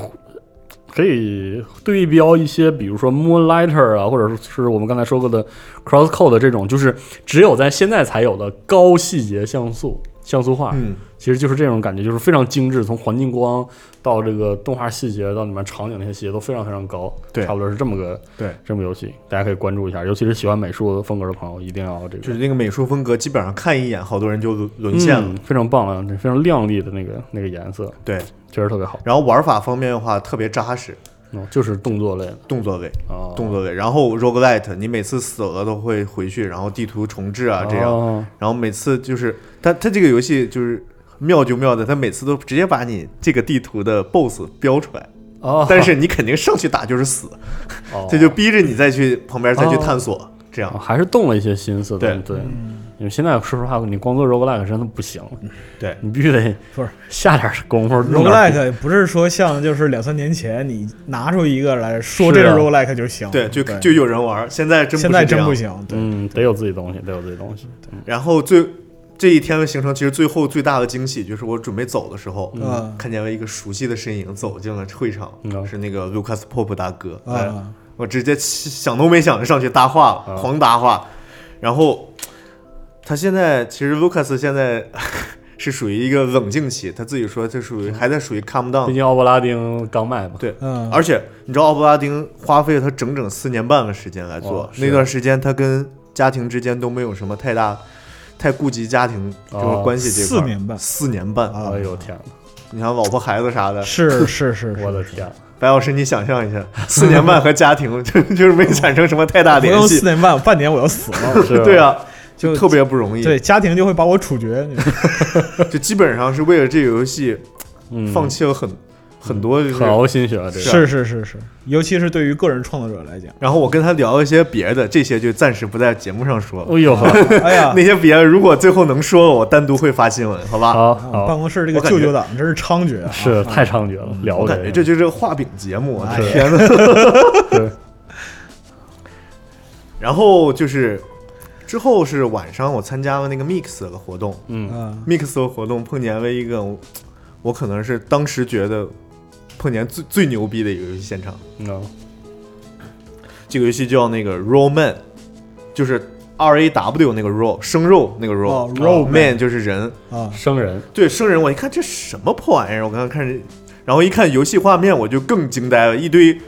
可以对标一些，比如说 Moonlighter 啊，或者是我们刚才说过的 Crosscode 这种，就是只有在现在才有的高细节像素像素化，嗯，其实就是这种感觉，就是非常精致，从环境光到这个动画细节，到里面场景那些细节都非常非常高。对差不多是这么个对这么游戏，大家可以关注一下，尤其是喜欢美术风格的朋友，一定要这个就是那个美术风格，基本上看一眼，好多人就沦沦陷了。嗯非常棒啊，非常亮丽的那个那个颜色，对，确实特别好。然后玩法方面的话，特别扎实，嗯，就是动作类的动作类，啊，动作类。然后 roguelite，你每次死了都会回去，然后地图重置啊，这样。哦然后每次就是它它这个游戏就是妙就妙在，它每次都直接把你这个地图的 BOSS 标出来，哦，但是你肯定上去打就是死，哦这就逼着你再去旁边再去探索，这哦样。还是动了一些心思的，对对。嗯因为现在说实话，你光做 roguelike 真的不行，对你必须得不是下点功夫。弄点 roguelike 不是说像就是两三年前你拿出一个来说这是是啊 roguelike 就行，对，就就有人玩，现在真现在是这真样不。行，对，嗯，得有自己东西，得有自己东西。然后最这一天的行程，其实最后最大的惊喜就是我准备走的时候，嗯看见了一个熟悉的身影走进了会场，嗯是那个 Lucas Pop 大哥。哎啊，我直接想都没想就上去搭话啊了，狂搭话。然后他现在其实 Lucas 现在 是属于一个冷静期，他自己说这属于还在属于 calm 毕 down。竟奥布拉丁刚卖嘛，对，嗯，而且你知道奥布拉丁花费了他整整四年半的时间来哇做，是那段时间他跟家庭之间都没有什么太大。太顾及家庭这哦种关系这块儿四年半四年半啊哎呦天哪，你看老婆孩子啥的， 是是是，是哎我的天，啊白老师，你想象一下，四年半和家庭 就就是没产生什么太 大不联用四系，点半，半年我要死了，是 对啊，就特别不容易。对家庭就会把我处决，你知道吗就基本上是为了这个游戏嗯，放弃了很、很多、 就是很。熬心血啊，这个是是是是，尤其是对于个人创作者来 讲，然后我跟他聊一些别的，这些就暂时不在节目上说了。哎呦，哎呀那。些别的，如果最后能说了，我单独会发新闻，好吧？好啊好办公室这个我感舅觉舅党真是猖獗啊！是太猖獗了，聊我的感觉这就是个画饼节目，啊我的哎呀天呐。是 然后就是之后是晚上，我参加了那个 Mix 的活动嗯嗯， ，Mix 的活动碰见了一个我，我可能是当时觉得碰见最最牛逼的一个游戏现场。嗯这个游戏叫那个 Raw Man，就是 R A W 那个 Raw 生肉那个 Raw，、哦，Raw Man Man 就是人，啊，生人对生人。我一看这什么破玩意儿，我刚刚看这，然后一看游戏画面，我就更惊呆了，一堆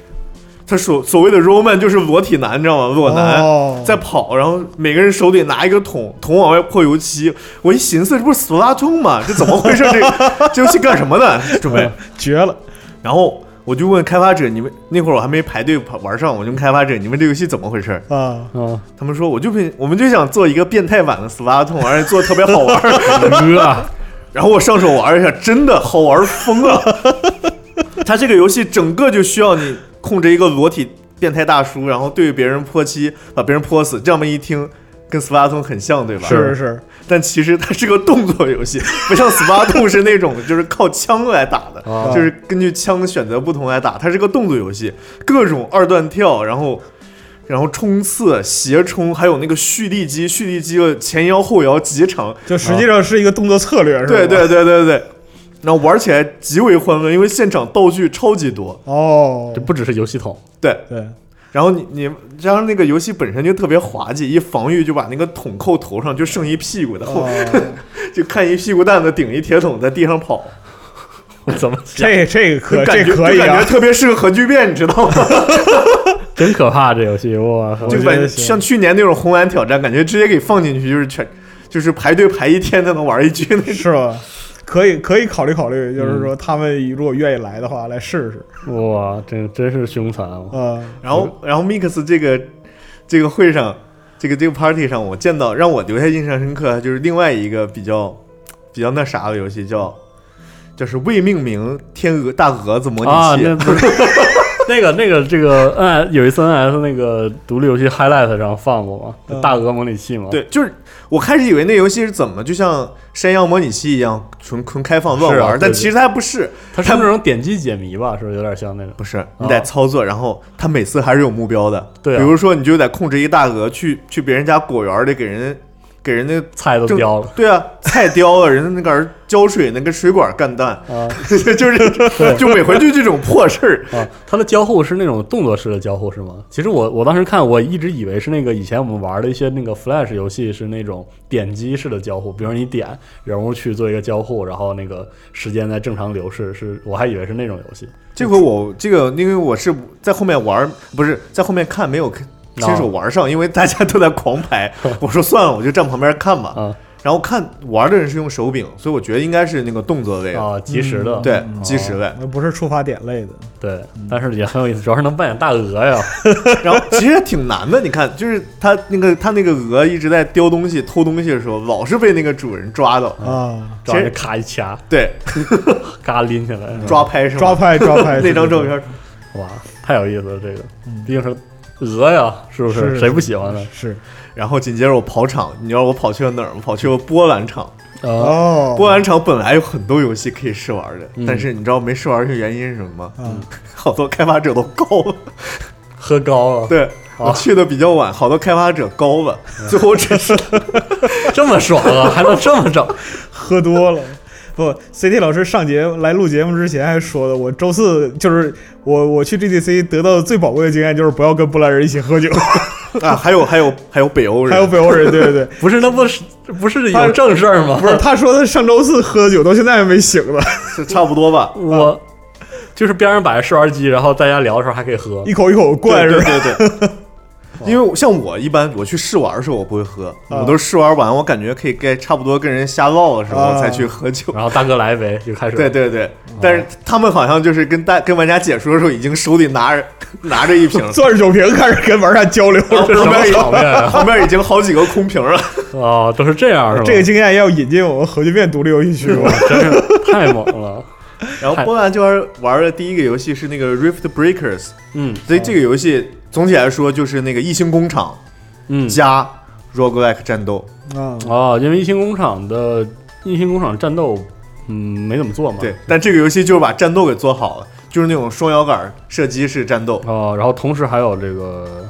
他所所谓的 Raw Man 就是裸体男，你知道吗？裸男。哦在跑，然后每个人手里拿一个桶，桶往外泼油漆。我一寻思，这不是斯拉通吗？这怎么回事？这这游戏干什么呢？准备，绝了，然后我就问开发者，你们那会儿我还没排队玩上，我就问开发者，你们这游戏怎么回事？啊， 啊，他们说，我就变，我们就想做一个变态版的斯拉通，而且做的特别好玩儿。 哥，然后我上手玩一下，真的好玩疯了。它这个游戏整个就需要你控制一个裸体变态大叔，然后对别人泼漆，把别人泼死。这么一听，跟斯拉通很像，对吧？是是是，但其实它是个动作游戏，不像 Splatoon 是那种就是靠枪来打的，啊就是根据枪选择不同来打。它是个动作游戏，各种二段跳，然后然后冲刺、斜冲，还有那个蓄力机，蓄力机的前摇后摇极长。就实际上是一个动作策略，是吧？对对对对对，然后玩起来极为欢乐，因为现场道具超级多。哦这，不只是游戏桶， 对，对，然后你你加上那个游戏本身就特别滑稽，一防御就把那个桶扣头上，就剩一屁股的后哦就看一屁股蛋子顶一铁桶在地上跑，怎么想这这个可感这觉可以就感啊觉，特别适合核聚变，你知道吗？真可怕这游戏，我靠我！就觉感得觉行像去年那种红蓝挑战，感觉直接给放进去就是全就是排队排一天才能玩一局那种。是吧？可以可以考虑考虑，就是嗯说他们如果愿意来的话，来试试哇，真真是凶残啊！啊、然后然后 Mix 这个这个会上，这个这个 party 上，我见到让我留下印象深刻就是另外一个比较比较那啥的游戏叫。就是未命名天鹅大蛾子模啊，拟器， 那不是那个那个这个 N 有一次 NS 那个独立游戏 Highlight 上放过嘛，就嗯大鹅模拟器嘛，对，就是我开始以为那游戏是怎么就像山羊模拟器一样纯纯开放乱是啊玩，对但对其实它不是，它是那种点击解谜吧，是不是有点像那种？不是，你得操作，然后它每次还是有目标的。啊对啊比如说你就得控制一大鹅去去别人家果园里给人给人那菜都正叼了对啊 菜叼了，人家那杆儿浇水那跟水管干蛋， 啊就是就每回就这种破事 儿。啊！它的交互是那种动作式的交互是吗？其实我我当时看，我一直以为是那个以前我们玩的一些那个 Flash 游戏是那种点击式的交互，比如你点人物去做一个交互，然后那个时间在正常流逝，是我还以为是那种游戏。这回我这个因为我是在后面玩儿，不是在后面看没有看啊亲手玩上，因为大家都在 狂排，我说算了，我就站旁边看吧。啊然后看玩的人是用手柄，所以我觉得应该是那个动作位，啊，及时的，嗯对，计时位。那不是触发点类的，对，但是也很有意思，主要是能扮演大鹅呀，然后其实挺难的，你看，就是它那个它那个鹅一直在叼东西、偷东西的时候，老是被那个主人抓嗯到，啊，抓其着实咔一掐，对，嘎拎起来，抓拍是吧？抓拍抓 拍那张照片，哇，太有意思了，这个嗯毕竟是鹅呀，是不是是谁不喜欢呢？是然后紧接着我跑场，你知道我跑去了哪儿吗？跑去了波兰场。啊，哦，波兰场本来有很多游戏可以试玩的，嗯但是你知道没试玩的原因是什么吗？嗯 好多开发者都高了，喝高了，对啊 我去的比较晚，好多开发者高了，最后只是这么爽啊，还能这么整？喝多了。不，CT 老师上节目来录节目之前还说的，我周四就是我我去 GDC 得到最宝贵的经验就是不要跟波兰人一起喝酒，啊，还有还有还有北欧人，还有北欧人，对对 对，不是，那不是不是他有正事儿吗？不是，他说他上周四喝酒到现在还没醒呢，是差不多吧？我就是边上摆着试玩机，然后大家聊的时候还可以喝一口一口灌是对吧？对对 对因为我像我一般，我去试玩的时候我不会喝，啊我都是试玩完，我感觉可以该差不多跟人瞎唠的时候啊我才去喝酒。然后大哥来一杯就开始，对对对，但是他们好像就是跟大跟玩家解说的时候，已经手里拿着拿着 一瓶，攥着酒瓶开始跟玩家交流，这什么场面 啊？旁边已经好几个空瓶了。哦，都是这样是吧？这个经验要引进我们核聚变独立游戏区 吗？真是太猛了，然后波兰这边玩的第一个游戏是那个 Rift Breakers，嗯所以这个游戏总体来说就是那个异星工厂 嗯。加 roguelike 战斗。啊，哦，因为一星工厂的一星工厂战斗，嗯，没怎么做嘛。对，但这个游戏就是把战斗给做好了，就是那种双摇杆射击式战斗。哦，然后同时还有这个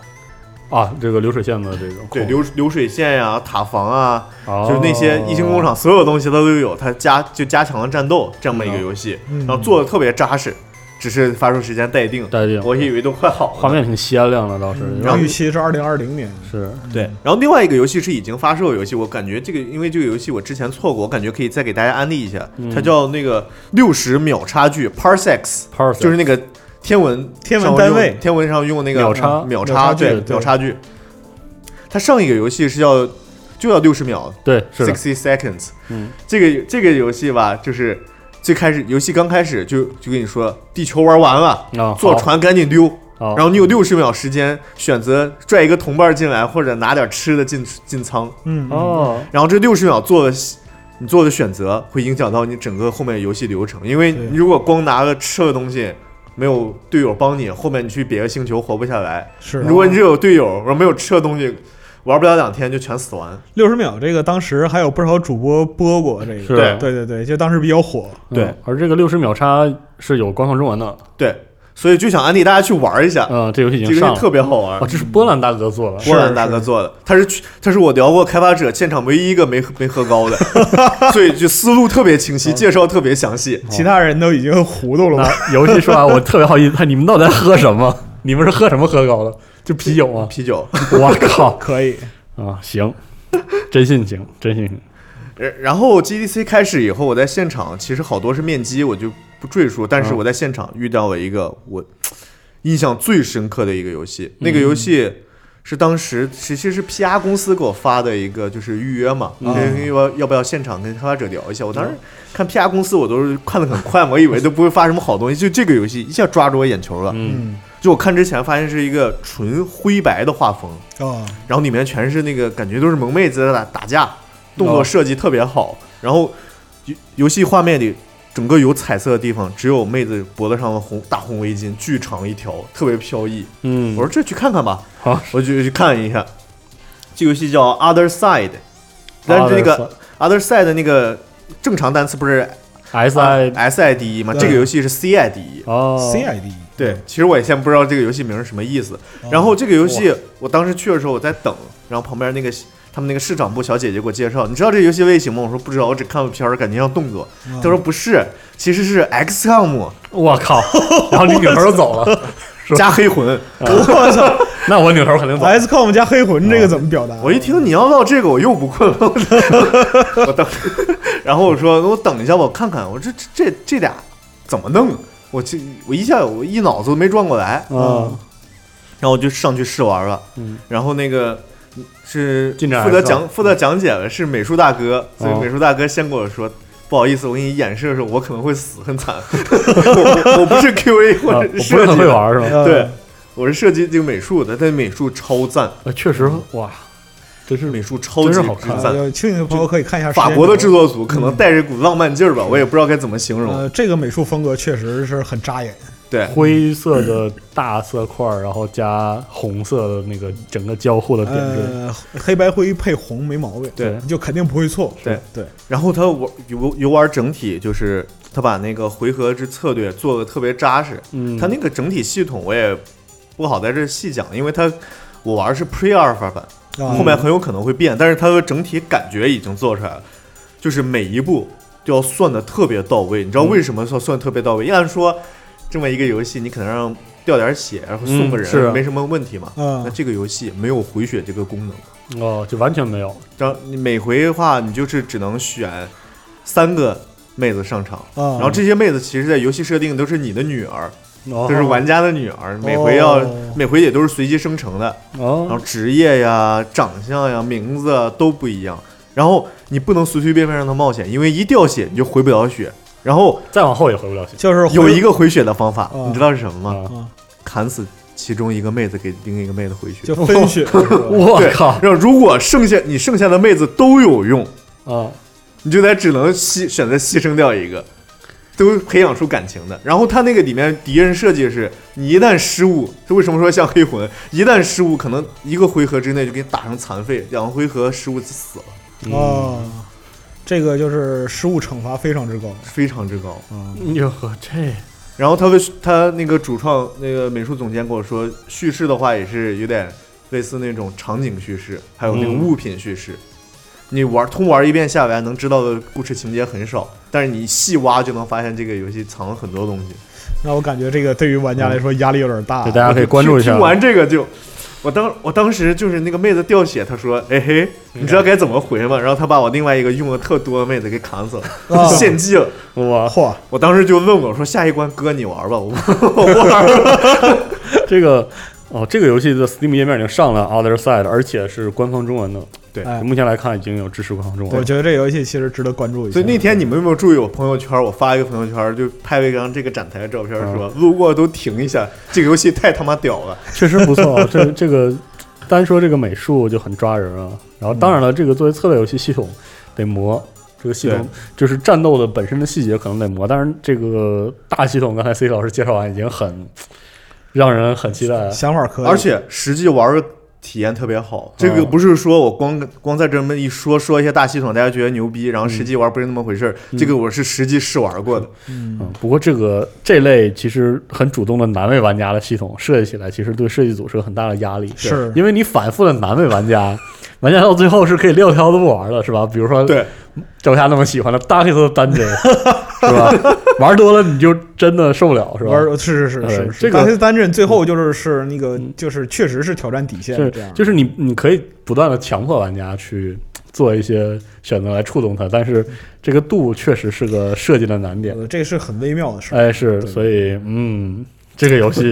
啊，这个流水线的这种对，流流水线呀、塔防啊，哦、就是那些异星工厂所有东西它都有，它加就加强了战斗这么一个游戏，嗯然后做的特别扎实，只是发售时间待定，待定，我以为都快好了。画面挺鲜亮的，倒是嗯然然后后预期是二零二零年，是对，然后另外一个游戏是已经发售的游戏，我感觉这个因为这个游戏我之前错过，我感觉可以再给大家安利一下，嗯它叫那个六十秒差距 parsecs， Parse，就是那个天文天文上单用位天文上用那个秒差嗯秒秒差差距对对秒差距。它上一个游戏是叫就叫六十秒对是的， sixty seconds，嗯，这个这个游戏吧，就是最开始游戏刚开始就就跟你说地球玩完了，啊，坐船赶紧丢，好，然后你有六十秒时间选择拽一个同伴进来，或者拿点吃的进进仓。嗯，哦，然后这六十秒做的你做的选择，会影响到你整个后面游戏流程。因为对你如果光拿个吃的东西，没有队友帮你，后面你去别的星球活不下来。是。如果你只有队友，然后没有吃的东西，玩不了两天就全死完。六十秒这个当时还有不少主播播过这是个，的对对对，就当时比较火，嗯对，而这个六十秒差是有官方中文的，对，所以就想安利大家去玩一下，嗯，这游戏已这经个上游戏了，特别好玩哦，。这是波兰大哥做的，波兰大哥做的，他是去，他是我聊过开发者现场唯一一个没没喝 高的，所以就思路特别清嗯晰，介绍特别详细。其他人都已经糊涂了嘛。那游戏说完，我特别好奇，他你们到底在喝什么？你们是喝什么喝高的？就啤酒吗？啤酒，我靠！可以，啊，行，真性情，真性情。然然后 GDC 开始以后，我在现场其实好多是面基，我就不赘述。但嗯是我在现场遇到了一个我印象最深刻的一个游戏，那个嗯游戏是当时其实是 PR 公司给我发的一个就是预约嘛，嗯因为要要不要现场跟开发者聊一下。我当时看 PR 公司，我都是看的很快嘛，我以 为都不会发什么好东西，就这个游戏一下抓住我眼球了。嗯，嗯就我看之前发现是一个纯灰白的画风，啊，然后里面全是那个感觉都是萌妹子在打打架，动作设计特别好。然后游游戏画面里整个有彩色的地方，只有妹子脖子上的红大红围巾，巨长一条，特别飘逸。嗯，我说这去看看吧，好，我就去看一下。这游戏叫 Other Side，但是那个 Other Side 的那个正常单词不是 S I S I D E 吗？对这个游戏是 C I 哦 D E。哦 CID 对，其实我也先不知道这个游戏名是什么意思。然后这个游戏，我当时去的时候我在等，然后旁边那个他们那个市场部小姐姐给我介绍，你知道这个游戏类型吗？我说不知道，我只看过片儿，感觉像动作。嗯她说不是，其实是 XCOM 我靠，然后你女朋友走了，加黑魂。 我操那我女朋友肯定哎走了。 ，XCOM 加黑魂这个怎么表达？哦我一听你要唠这个，我又不困了，我等， 然后我说我等一下吧，我看看，我这这这这俩怎么弄？我这我一下我一脑子都没转过来，嗯，然后我就上去试玩了。嗯，然后那个是进展负责还是吧嗯讲负责讲解的是美术大哥，所以哦美术大哥先跟我说。不好意思，我给你演示的时候，我可能会死，很 惨。我我不是 QA 啊或我者不是是哎设很计会的，玩是吧？嗯对，我是设计这个美术的，但美术超赞，呃确实，哇，真是美术超真级是好看哎之啊赞。有兴趣的朋友可以看一下时间法轴国的制。作组可嗯能带着股浪漫劲儿吧，我也不知道该怎么形容。呃，这个美术风格确实是很扎眼，对，灰色的大色块儿，然后加红色的那个整个交互的点缀，呃，黑白灰配红没毛病，对你就肯定不会错。对对，然后他玩游游玩整体就是他把那个回合制策略做的特别扎实，嗯，它那个整体系统我也不好在这细讲，因为它我玩的是 Pre Alpha 版，嗯啊后面很有可能会变，但是它的整体感觉已经做出来了，就是每一步都要算的特别到位。你知道为什么要算得特别到位？按说这么一个游戏，你可能让掉点血，然后送个嗯是人、啊没什么问题嘛。嗯那这个游戏没有回血这个功能，哦，就完全没有，这样你每回的话，你就是只能选三个妹子上场。啊，嗯然后这些妹子其实，在游戏设定都是你的女儿，哦就是玩家的女儿，每回要、哦每回也都是随机生成的，然后哦，职业呀、长相呀、名字啊都不一样。然后你不能随随便便让她冒险，因为一掉血你就回不了血。然后再往后也回不了去就是哦回有一个回血的方法，哦你知道是什么啊！吗？啊，砍死其中一个妹子，给另一个妹嗯子回血就。分 血，我对靠然后如果剩下你剩下的妹子都有用，啊！你就得只能牺选择牺牲掉一个，都培养出感情的。然后他那个里面敌人设计是，你一旦失误，是为什么说像黑魂？一旦失误，可能一个回合之内就给你打成残废，两个回合失误就死了，嗯啊，这个就是失误惩罚非常之高非常之高。啊。哟呵，这然后他的他那个主创那个美术总监跟我说，叙事的话也是有点类似那种场景叙事，还有那个嗯物品叙事。你玩通玩一遍下来，能知道的故事情节很少，但是你细挖就能发现这个游戏藏了很多东西。那我感觉这个对于玩家来说压力有点大对，大家可以关注一下听完这个就，我当我当时就是那个妹子掉血，她说：“哎嘿，你知道该怎么回吗？”然后她把我另外一个用的特多的妹子给砍死啊了，献祭了。哇，嚯，我当时就问我说：“下一关哥你玩吧， 我不我不玩了。 这个哦，这个游戏的 Steam 页面已经上了 Other Side，而且是官方中文的。对哎目前来看已经有支持官方中文我了。觉得这游戏其实值得关注一下。所以那天你们有没有注意我朋友圈？我发一个朋友圈，就拍了一张这个展台的照片，啊说路过都停一下，这个游戏太他妈屌了。确实不错。啊这这个单说这个美术就很抓人啊。然后当然了，这个作为策略游戏系统得磨。这个系统对就是战斗的本身的细节可能得磨，但是这个大系统刚才 C 老师介绍完已经很让人很期待啊了。想法可以，而且实际玩儿体验特别好。这个哦不是说我光光在这么一说说一些大系统，大家觉得牛逼，然后实际玩儿不是那么回事儿。这个我是实际试玩过的，嗯，嗯，不过这个这类其实很主动的难为玩家的系统设计起来，其实对设计组是个很大的压力，是因为你反复的难为玩家，玩家到最后是可以撂挑子不玩了，是吧？比如说对，赵夏那么喜欢的 Darkest 的单 针，是吧？玩多了你就真的受不了，是吧？玩是是是呃是是，哎这个大黑单阵最后就是是那个嗯就是确实是挑战底线是这样，就是你你可以不断的强迫玩家去做一些选择来触动他，但是这个度确实是个设计的难点。呃这个是很微妙的事儿。哎，是，对所以嗯，这个游 戏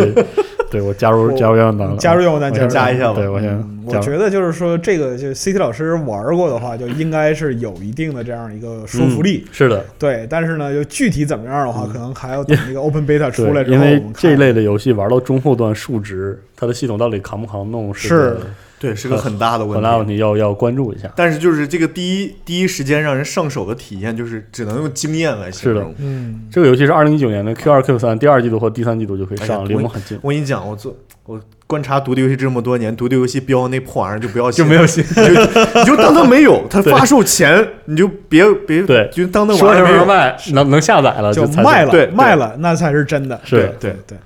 对我加入我加入愿望了，加入愿望单啊我加先入加一下吧对我先嗯我加入觉得就是说，这个就 CT 老师玩过的话，就应该是有一定的这样一个说服力。是的，对，但是呢，就具体怎么样的话，嗯可能还要等那个 Open Beta 出对，来之后，因我为们看这一类的游戏玩到中后段数值，它的系统到底扛不扛弄是个对，是个很大的问很大问题。题，要要关注一下。但是就是这个第一第一时间让人上手的体验，就是只能用经验来形容。嗯，这个游戏是二零一九年的 Q 二 Q 三第二季度或第三季度就可以哎呀上，离我我们很近。我跟你讲，我做我观察独立游戏这么多年，独立游戏标那破玩意儿就不要信，有信。你就你就当它没 有，它对发售前你就别别对就当它说玩意什儿么时没候有。卖，能能下载了就才卖了，对对卖了，那才是真的。是对对，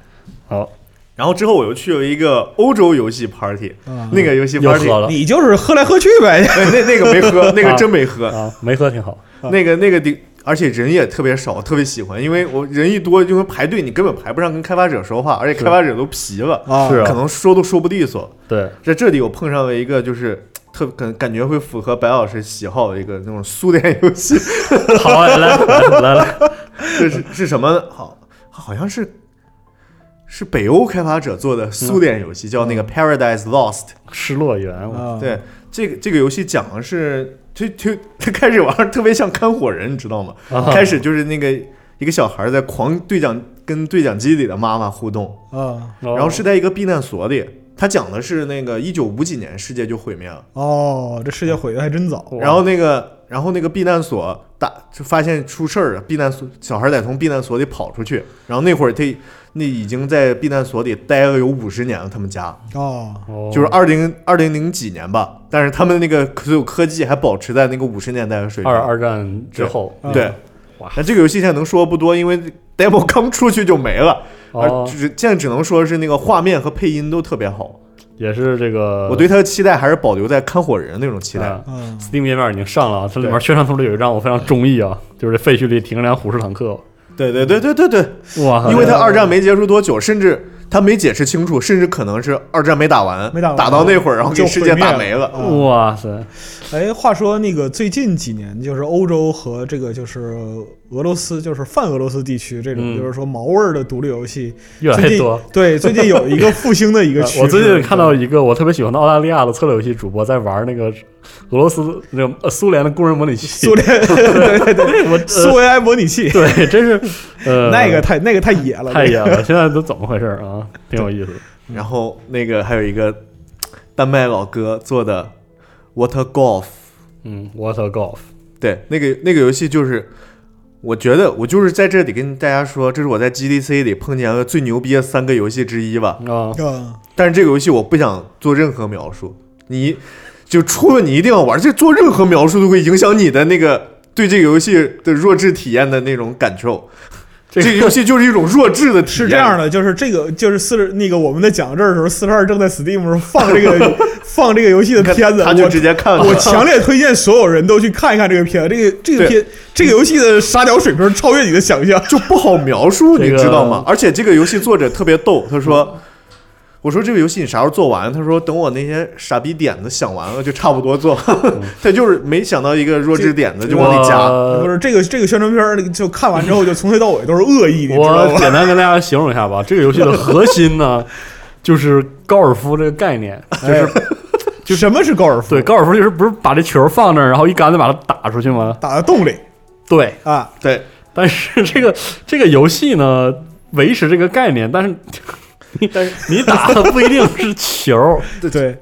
好，然后之后我又去了一个欧洲游戏 party，嗯那个游戏又 party，喝了你就是喝来喝去呗。 哎那那个没喝，那个真没喝，啊，没喝挺好。那个那个地，而且人也特别少，特别喜欢，因为我人一多，因为排队你根本排不上跟开发者说话，而且是开发者都皮了，啊，是啊可能说都说不利索。对，在这里我碰上了一个就是特感感觉会符合白老师喜好的一个那种苏联游戏， 好啊，来来来来，这是是什么呢？好，好像是。是北欧开发者嗯做的苏联游戏，叫那个 Paradise Lost。失落园，我啊，对，这个这个游戏讲的是，就就 开始玩儿特别像看火人，你知道吗？啊开始就是那个一个小孩在狂对讲跟对讲机里的妈妈互动，啊，然然后是在一个避难所里。他讲的是那个一九五几年世界就毁灭了，哦，这世界毁的还真哦早。然后那个然后那个避难所打就发现出事儿了，避难所小孩得从避难所里跑出去，然后那会儿他那已经在避难所里待了有五十年了，他们家哦，哦就是二零二零零几年吧，但是他们那个所有科技还保持在那个五十年代的水平二。二战之后，嗯对哇，那这个游戏现在能说不多，因为 demo 刚出去就没了。而哦，只现在只能说是那个画面和配音都特别好，也是这个我对它的期待还是保留在看火人那种期待。啊嗯， Steam 页面已经上了，啊，它里面对宣传图里有一张我非常中意啊，就是这废墟里停着辆虎式坦克，对对对对对对，哇靠，因为它它二战没结束多久，甚至它没解释清楚，甚至可能是二战没打完，没打完嗯到那会儿然后给就世毁界灭打了没了。啊哇塞，哎，话说那个最近几年，就是欧洲和这个就是俄罗斯，就是泛俄罗斯地区这种，嗯就是说毛味儿的独立游戏，越来最越近多。对最近有一个复 兴的一个呃 趋势。我最近看到一个我特别喜欢的澳大利亚的策略游戏主播在玩那个 俄罗斯那个呃苏联的工人模拟器苏，联， 对对 对，我苏维埃模拟器，对，真是呃那个太那个太野 了，太野了，现在都怎么回事儿啊？挺有意思的。然后那个还有一个丹麦老哥做的 Water Golf，嗯，Water Golf，对，那个那个游戏就是，我觉得我就是在这里跟大家说，这是我在 GDC 里碰见的最牛逼的三个游戏之一吧。啊，啊，但是这个游戏我不想做任何描述，你就除了你一定要玩，这做任何描述都会影响你的那个对这个游戏的弱智体验的那种感受。这这个个游戏就是一种弱智的体是验，这样的，就是这个就是四十那个我们在讲到这儿的时候，四十二正在 Steam 上放 这个放这个游戏的你看片子，他就我直接看了。我强烈推荐所有人都去看一看这个片子，这个这个对片这个游戏的沙雕水平超越你的想象。就不好描述，这你个知道吗？而且这个游戏作者特别逗，他说：“我说这个游戏你啥时候做完？”他说：“等我那些傻逼点子想完了，就差不多做。”嗯 他就是没想到一个弱智点子就往里加。不我是这个这个宣传片儿，就看完之后就从头到尾都是恶意，你知道我吗？简单跟大家形容一下吧，这个游戏的核心呢， 就是高尔夫这个概念，就是哎就什么是高尔夫？对，高尔夫就是不是把这球放那儿，然后一杆子把它打出去吗？打到洞里对，啊，对，但是这个这个游戏呢，维持这个概念，但是你 你打的不一定是球，对对，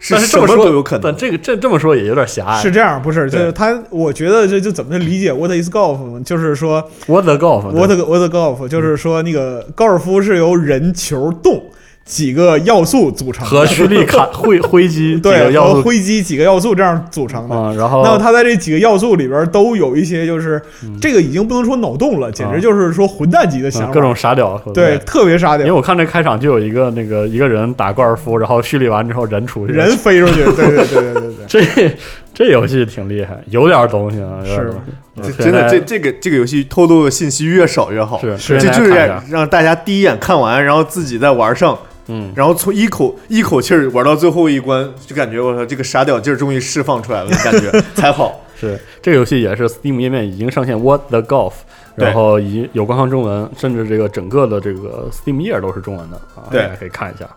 是但是什这么么说都有可能但。这个这这么说也有点狭隘。是这样，不是？就对是他，我觉得这就怎么理解 What is golf？就是说，我的 golf，我的我的 golf 就是说那个高尔夫是由人球动几个要素组 成的，和蓄力卡挥挥击几个对要和素灰机几个要素这样组成的。啊，然那后它在这几个要素里边都有一些，就是嗯这个已经不能说脑洞了，简直就是说混蛋级的想嗯法，各种傻屌，对，特别傻因为屌，我看这开场就有一个那个一个人打高尔夫，然后蓄力完之后人出去，人飞出去，对对对对对对。这这游戏挺厉害，有点东西啊，有点是东西这嗯真的，这现这个这个游戏透露的信息越少越好，在是是推这荐大就家看是一让下让大家第一眼看完，然后自己再玩上，嗯，然后从一口一口气儿玩到最后一关，就感觉我操，这个傻屌劲儿终于释放出来了，感 觉才好。是这个游戏也是 Steam 页面已经上线 What the Golf，对然后已经有官方中文，甚至这个整个的这个 Steam 页都是中文的啊，对大家可以看一下。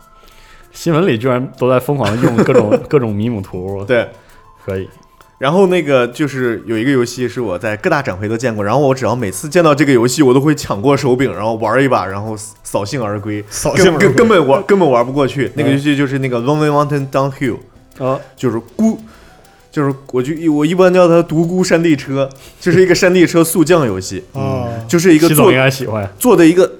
新闻里居然都在疯狂的用各种 各种迷母图，对，可以，然后那个就是有一个游戏是我在各大展会都见过，然后我只要每次见到这个游戏，我都会抢过手柄，然后玩一把，然后扫兴而归，扫兴根而根归根本玩根本玩不过去。嗯那个游戏就是那个 Lonely Mountain Downhill，啊，就是孤，就是我就我一般叫它独孤山地车，就是一个山地车速降游戏，啊，就是一个习做总应该喜欢，做的一个，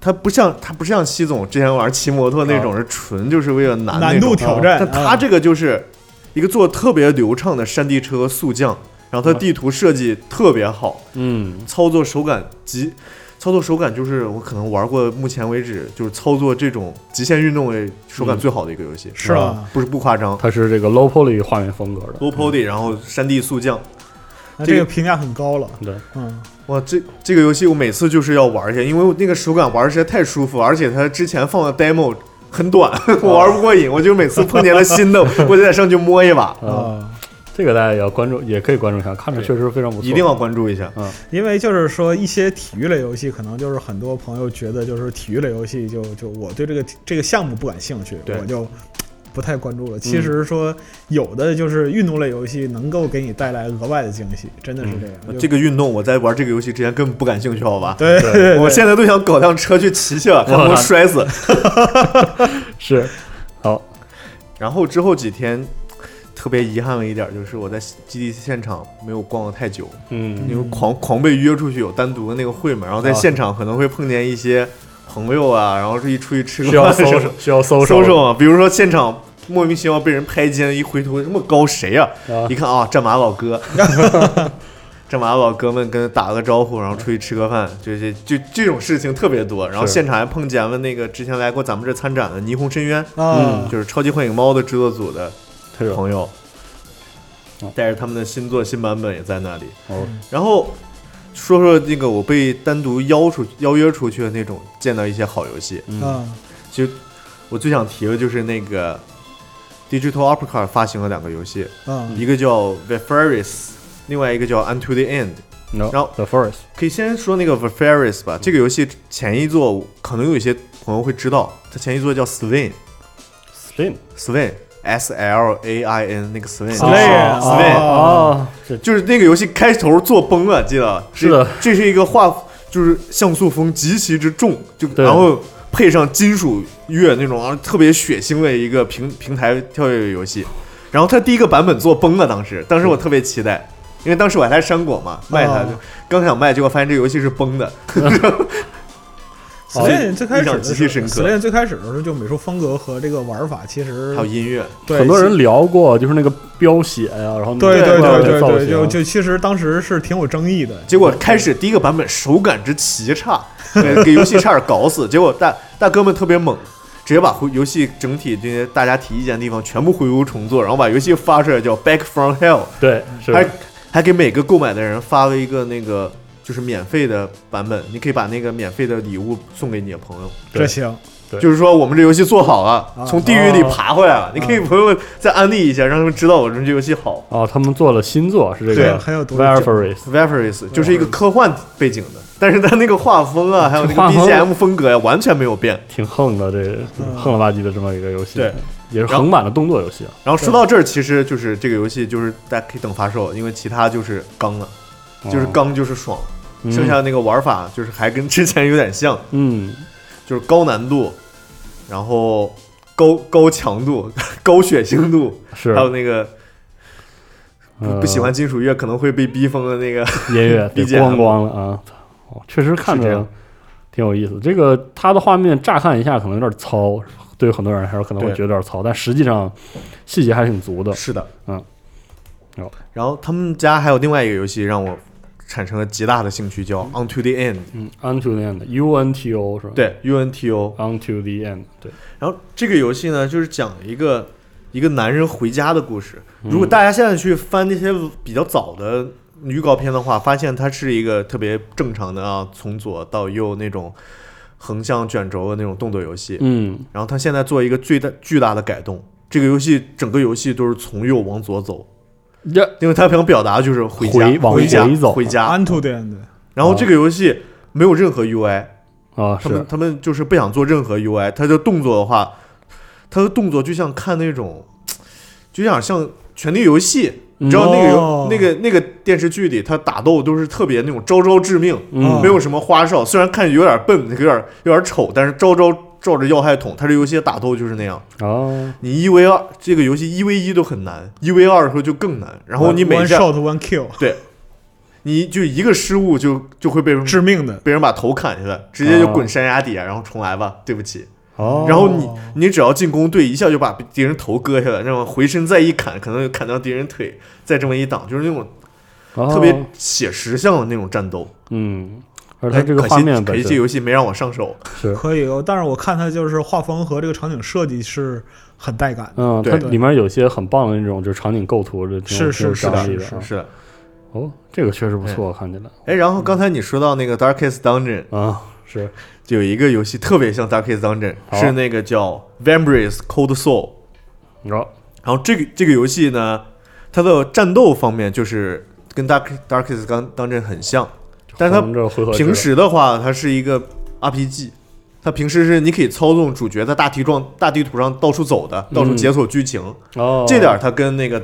它不像它不像西总之前玩骑摩托那种，啊是纯就是为了难难那度种。挑战，啊但它这个就是一个做的特别流畅的山地车速降，然后它地图设计特别好，嗯，操作手感极。操作手感就是我可能玩过目前为止就是操作这种极限运动类手感嗯最好的一个游戏，是吧？不是不夸张。它是这个 low poly 画面风格的 low poly，然后山地速降，那这个评价很高了，对，嗯，哇，这这个游戏我每次就是要玩一下，因为我那个手感玩实在太舒服，而且它之前放的 demo 很短， 我玩不过瘾，我就每次碰见了新的，我就得上去摸一把，啊，啊，这个大家也要关注，也可以关注一下，看着对确实非常不错，一定要关注一下。因为就是说一些体育类游戏，可能就是很多朋友觉得就是体育类游戏就就我对这个这个项目不感兴趣，对我就。不太关注了。其实说有的就是运动类游戏能够给你带来额外的惊喜，真的是这样。就这个运动我在玩这个游戏之前根本不感兴趣，好吧？对对对，我现在都想搞辆车去骑 去了，看能不能摔死。是好，然后之后几天，特别遗憾的一点就是我在 GDC 现场没有逛的太久，嗯因为狂狂被约出去有单独的那个会嘛，然后在啊现场可能会碰见一些朋友啊，然后是一出去吃 个嗯需要饭什搜么索需要搜收手手啊！比如说现场莫名其妙被人拍肩，一回头这么高谁呀、啊一看啊，战马老哥， 战马老哥们跟他打个招呼，然后出去吃个饭，这些就这种事情特别多。然后是现场还碰见了那个之前来过咱们这参展的霓虹深渊，嗯啊，就是超级幻影猫的制作组的这种朋友哦，带着他们的新作新版本也在那里。哦然后说说那个我被单独邀出邀约出去的那种，见到一些好游戏。嗯啊，其实我最想提的就是那个 Digital Uppercut 发行了两个游戏，嗯，一个叫 v e f e r i s 另外一个叫 Unto the End。 ，no 然后 the forest 可以先说那个 v e f e r i s 吧，这个游戏前一座可能有一些朋友会知道，它前一座叫 Slain，Slain slim S L A I N 那个 Slain。 Slain 哦 Slain 哦，这就是那个游戏开头做崩了，记得是的这，这是一个画，就是像素风极其之重，就对然后配上金属乐那种啊特别血腥的一个平平台跳跃游戏。然后它第一个版本做崩了，当时，当时我特别期待，因为当时我还在山果嘛，卖它哦就刚想卖，结果发现这个游戏是 崩的， 哦 Slain 最开始印象的极其时候深刻，Slain 最开始的时候就美术风格和这个玩法其实还有音乐，对很多人聊过，就是那个飙血呀，然后对对那个对对造对，型就就其实当时是挺有争议的。结果开始第一个版本手感之奇差， 对给游戏差点搞死。结果大大哥们特别猛，直接把回游戏整体这些大家提意见的地方全部回炉重做，然后把游戏发出来叫《Back from Hell 对》，是还还给每个购买的人发了一个那个就是免费的版本，你可以把那个免费的礼物送给你的朋友。这行，对哦就是说我们这游戏做好了，啊从地狱里爬回来了，你可啊以朋友再安利一下，让他们知道我们这游戏好。哦，他们做了新作是这对个很有独 v 立 i r 性 f r i s v a p o r i s 就是一个科幻背景的，但是它那个画风 啊，还有那个画风 BGM 风格呀、完全没有变。挺横的，这嗯横了吧唧的这么一个游戏，对，也是然后横版的动作游戏啊，然后说到这儿，其实就是这个游戏，就是大家可以等发售，因为其他就是刚了，就是哦刚就是爽，剩下的那个玩法就是还跟之前有点像，嗯嗯就是高难度，然后高高强度、 高血腥度，是还有那个不呃不喜欢金属乐可能会被逼疯的那个 音乐，得 BGM 咣咣了啊，哦确实看是这着样挺有意思。这个它的画面乍看一下可能有点糙，对于很多人来说可能会对觉得有点糙，但实际上细节还挺足的。是的，嗯。有然后他们家还有另外一个游戏让我产生了极大的兴趣，叫《Unto the End》。嗯，unto the end，U N T O 是吧？对，UNTO。 ，unto the end，对，然后这个游戏呢，就是讲一个一个男人回家的故事。嗯如果大家现在去翻那些比较早的预告片的话，发现它是一个特别正常的啊，从左到右那种横向卷轴的那种动作游戏。嗯然后他现在做一个最大巨大的改动，这个游戏整个游戏都是从右往左走，呀，因为他想表达就是回家回往回家回走啊回家。安 t 的样子，然后这个游戏没有任何 UI，啊他们是，他们就是不想做任何 UI，他的动作的话，他的动作就像看那种，就像像权力游戏，嗯你知道那个游、哦那个那个电视剧里，他打斗都是特别那种招招致命，嗯没有什么花哨，虽然看着有点笨，有点有点丑，但是招招照着要害捅，他这游戏的打斗就是那样。啊，你一 v 二，这个游戏一 v 一都很难，一 v 二的时候就更难。然后你 one 每呃 one 下 shot one kill，你就一个失误就就会被人致命的。被人把头砍下来，直接就滚山崖底下，然后重来吧，对不起。哦，然后你你只要进攻队一下就把敌人头割下来，然后回身再一砍，可能就砍到敌人腿，再这么一挡，就是那种哦特别写实像的那种战斗。嗯，而哎它这个可惜画面可本惜这身游戏没让我上手。是，可以，哦但是我看它就是画风和这个场景设计是很带感的。嗯，它对里面有些很棒的那种就是场景构图，这挺有是挺有是是的张力是啊。是的，哦，这个确实不对错，看起来哎，然后刚才你说到那个 Darkest Dungeon，啊，是就有一个游戏特别像 Darkest Dungeon，好是那个叫 Vambrace Cold Soul。你知道，然后这个这个游戏呢，它的战斗方面就是跟 Dark Darkest Dun- Dungeon 很像，但是它红这回合制的平时的话，它是一个 RPG，它平时是你可以操纵主角在大地状大地图上到处走的，嗯到处解锁剧情，哦，这点儿它跟那个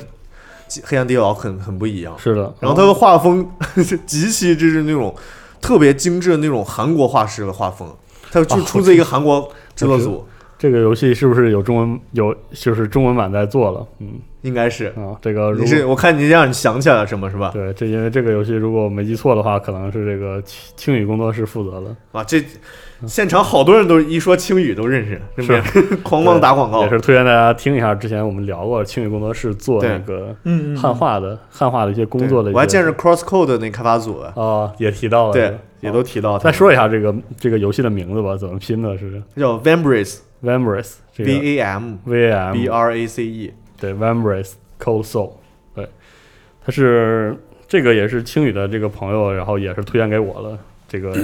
黑暗地牢很很不一样。是的，然后它的画风 是极其就是那种特别精致的那种韩国画师的画风，它就啊出自一个韩国制作组，这个游戏哦是不是有中文有就是中文版在做了？嗯应该是。啊，这个如你果是我看你让你想起来了什么是吧？对，这因为这个游戏如果我没记错的话，可能是这个青青宇工作室负责的，啊，这现场好多人都一说青语都认识，对不对？ 狂妄打广告也是推荐大家听一下。之前我们聊过青宇工作室做那对个嗯嗯，汉化的汉化的一些工作的一些，对我还见着 CrossCode 那开发组，啊，也提到了这对个，也都提到他再们。说一下这个这个游戏的名字吧，怎么拼的是它叫 Vambrace，V Vambrace 这个 A M V M B R A C E，对 Vambrace Cold Soul，对，他是这个也是青宇的这个朋友，然后也是推荐给我了。这个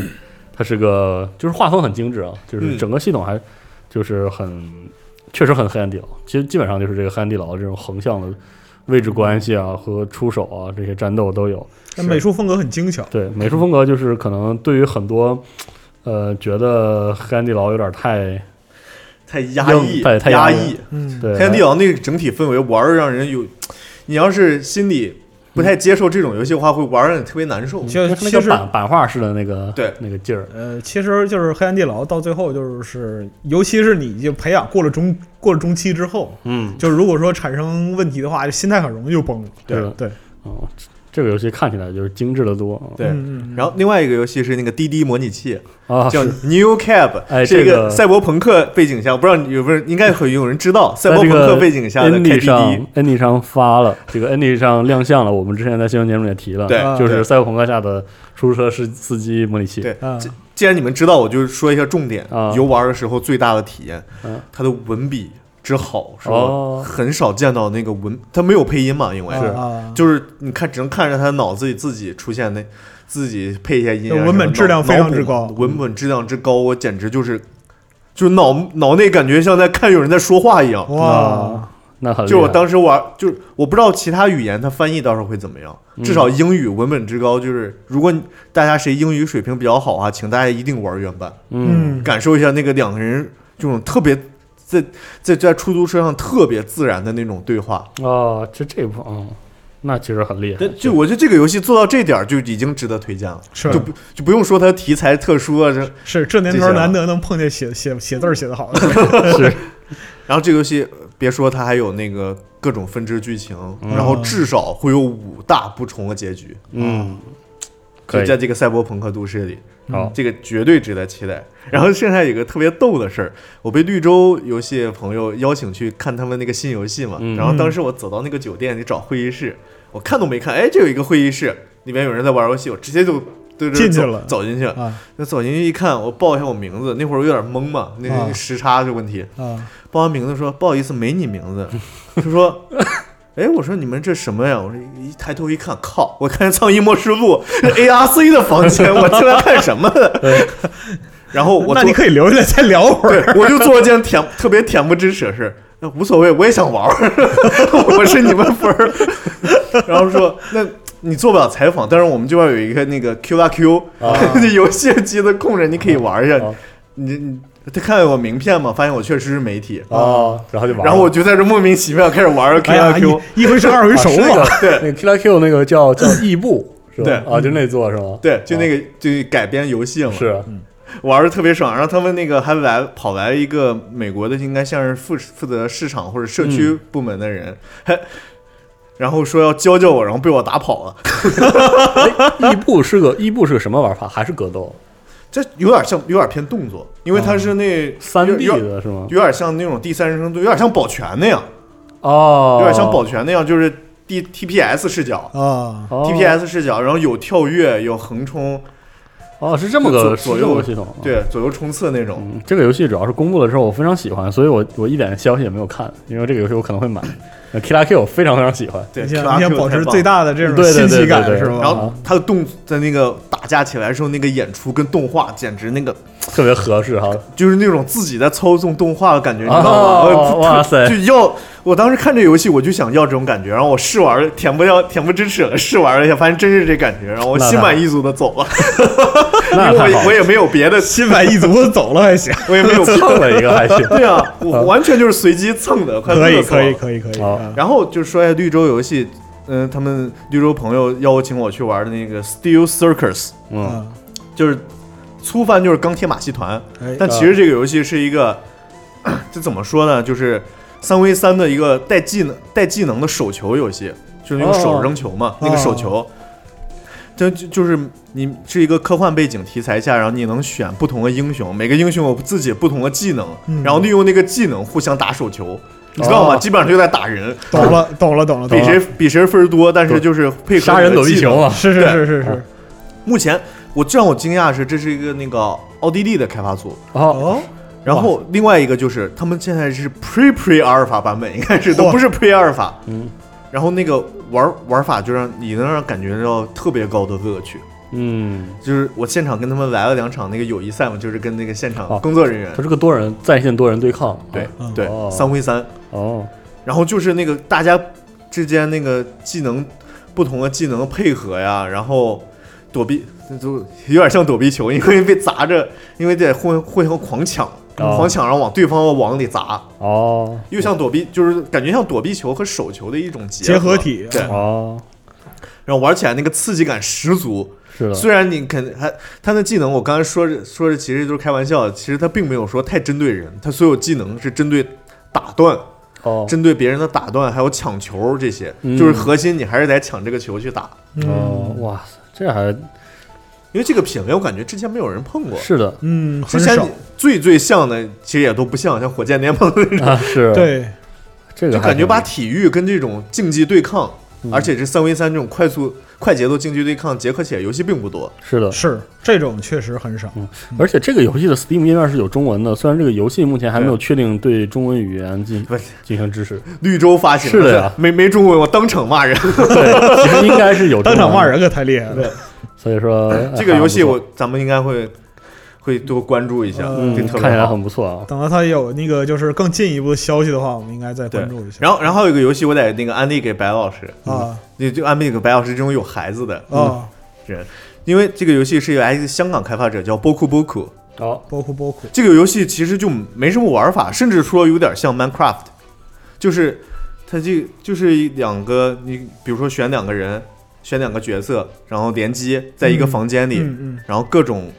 它是个就是画风很精致啊，就是嗯整个系统还就是很确实很黑暗地牢，其实基本上就是这个黑暗地牢这种横向的位置关系啊和出手啊这些战斗都有。那嗯美术风格很精巧。对，美术风格就是可能对于很多呃觉得黑暗地牢有点太太压抑，硬太太压压抑。嗯，对黑暗地牢那个整体氛围玩儿让人有，你要是心里不太接受这种游戏的话，会玩儿让你特别难受。其实就是那其个实版版画式的那个对那个劲儿，呃，其实就是黑暗地牢到最后就是，尤其是你就培养过了中过了中期之后，嗯，就是如果说产生问题的话，心态很容易就崩了。对对对，哦，这个游戏看起来就是精致的多啊对嗯嗯，然后另外一个游戏是那个滴滴模拟器，啊，叫是 New Cab，、哎是这一个个赛博朋克背景下，我不知道你有没有，应该会有人知道赛博在这朋个克背景下的开 ND 滴上滴， ND 上发了，这个 ND 上亮相了。我们之前在新闻节目里也提了，对啊就是对赛博朋克下的出租车司司机模拟器。对啊这既然你们知道，我就说一下重点啊。游玩的时候最大的体验嗯，它的文笔之好，是我哦很少见到那个文，它没有配音嘛，因为啊啊，就是你看，只能看着他脑子里自己出现那自己配一下音啊，文本质量非常之高脑补文本质量之高，我简直就是就是脑脑内感觉像在看有人在说话一样。哇啊，那很就厉我害当时玩，就是我不知道其他语言它翻译到时候会怎么样，嗯至少英语文本之高，就是如果你大家谁英语水平比较好啊，请大家一定玩原版，嗯嗯，感受一下那个两个人这种特别在在在出租车上特别自然的那种对话。哦，这这一部啊，那其实很厉害但。就我觉得这个游戏做到这点儿就已经值得推荐了。是就不就不用说它题材特殊啊，这是这年这头些啊难得能碰见写写写字儿写得好的。 是然后这个游戏呃别说它还有那个各种分支剧情，然嗯后至少会有五大不重的结局，嗯，可就以在这个赛博朋克都市里，好这个绝对值得期待。然后剩下有一个特别逗的事儿，我被绿洲游戏朋友邀请去看他们那个新游戏嘛，嗯然后当时我走到那个酒店里找会议室，我看都没看，哎，这有一个会议室，里面有人在玩游戏，我直接就。对对进去走了走进去，啊那走进去一看，我报一下我名字，那会儿我有点懵嘛，那啊那个时差的问题，啊报完名字说不好意思没你名字， 他说。哎，我说你们这什么呀？我说一抬头一看，靠！我看见苍蝇摸师傅 ARC 的房间，我进来干什么的？然后我那做你可以留下来再聊会儿。 对，我就做了件恬特别恬不知耻的事，那无所谓，我也想玩儿， 我是你们粉儿。然后说，那你做不了采访，但是我们这边有一个那个 Q 大 Q，、 啊游戏机的控制，你可以玩一下。啊你你他看见我名片嘛，发现我确实是媒体，啊，然后就完了。嗯然后我就在这莫名其妙开始玩 Q 哎呀 Q Q，、一一回生二回熟 啊是那嘛个。对那个 Killer Q 那个叫 叫异步是吧？对啊，就那座是吗？对，就那个个、就改编游戏嘛， 是玩的特别爽。然后他们那个还来跑来一个美国的，应该像是负负责市场或者社区嗯部门的人，还然后说要教教我，然后被我打跑了。哎异步是个异步是个什么玩法？还是格斗这有点像，有点偏动作，因为它是那哦三 D 有有的是吗？有点像那种第三人称，有点像保全那样，哦，有点像保全那样，就是 D T P S 视角。啊，哦 TPS 视角，然后有跳跃，有横冲，哦，是这么个左左是这么右个系统。啊对，左右冲刺那种。嗯，这个游戏主要是公布了之后，我非常喜欢，所以我我一点消息也没有看，因为这个游戏我可能会买。呃 Killer Q 我非常非常喜欢，对，你想克拉你想克保太持棒最了。大的这种对对信对息对感对是对吗？然后他的动在那个打架起来的时候，那个演出跟动画简直那个特别合适 哈。就是那种自己在操纵动画的感觉，你知啊道吗？我哇塞就要我当时看这游戏，我就想要这种感觉，然后我试玩了，恬不要恬不知耻了，试玩了一下，发现真是这感觉，然后我那心满意足的走了，那因为太好我我了，也没有别的， 心满意足地走了还行。啊我也 没有，蹭了一个还行。 对啊，我完全就是随机蹭的，快可以乐死我可以了。可以可以好啊然后就说一下绿洲游戏，嗯、他们绿洲朋友邀请我去玩的那个 Steel Circus，嗯，啊！就是粗翻就是钢铁马戏团，哎但其实这个游戏是一个，这怎么说呢？就是三 v 三的一个带技能、带技能的手球游戏，就是哦用手扔球嘛，那个手球。就就就是你是一个科幻背景题材下，然后你能选不同的英雄，每个英雄有自己不同的技能，嗯然后利用那个技能互相打手球，你知道吗？哦基本上就在打人，懂了懂了懂了懂比了，谁比谁分儿多，但是就是配合啊杀人你的躲避技能球。啊，是是对是是是啊。目前我最让我惊讶的是，这是一个那个奥地利的开发组，哦，哦，然后另外一个就是他们现在是 pre pre 阿尔法版本，应该是都哇不是 pre 阿尔法。嗯然后那个玩玩法就让你能让感觉到特别高的乐趣，嗯，就是我现场跟他们来了两场那个友谊赛嘛，就是跟那个现场哦工作人员、它是个多人在线多人对抗，对嗯对哦三 v 三，哦，然后就是那个大家之间那个技能不同的技能配合呀，然后躲避就有点像躲避球，因为被砸着，因为得互互相狂抢，哦狂抢然后往对方的网里砸。哦又像躲避，就是感觉像躲避球和手球的一种结结合合体对，哦，然后玩起来那个刺激感十足。是的，虽然你肯还他的技能，我刚才说着说着，其实都是开玩笑的，其实他并没有说太针对人，他所有技能是针对打断、哦针对别人的打断，还有抢球这些，嗯就是核心你还是得抢这个球去打。哦，嗯哇塞，这还因为这个品类，我感觉之前没有人碰过。是的嗯，之很前少你最最像的，其实也都不像，像火箭联盟那种，啊，是，对这个就还感觉挺嗯把体育跟这种竞技对抗，而且这三 v 三这种快速、快节奏竞技对抗结合起来，游戏并不多。是的，是这种确实很少。而且这个游戏的 Steam 页面是有中文的，虽然这个游戏目前还没有确定对中文语言进不是进行支 持，绿洲发行是的呀没没中文，我当场骂人。对，其实应该是有中当文场骂，人可太厉害了，所以说哎这个游戏还不我咱们应该会会多关注一下，嗯这嗯特看起别来好。很不错啊，等到他有那个就是更进一步的消息的话，我们应该再关注一下。然后，然后还有一个游戏，我得那个安利给白老师，啊你就安利给白老师这种有孩子的嗯啊，人，因为这个游戏是来自香港开发者叫 Boku Boku，哦包括包括这个游戏其实就没什么玩法，甚至说有点像 Minecraft，就是它这就是一两个你比如说选两个人，选两个角色，然后联机在一个嗯房间里，嗯然后各种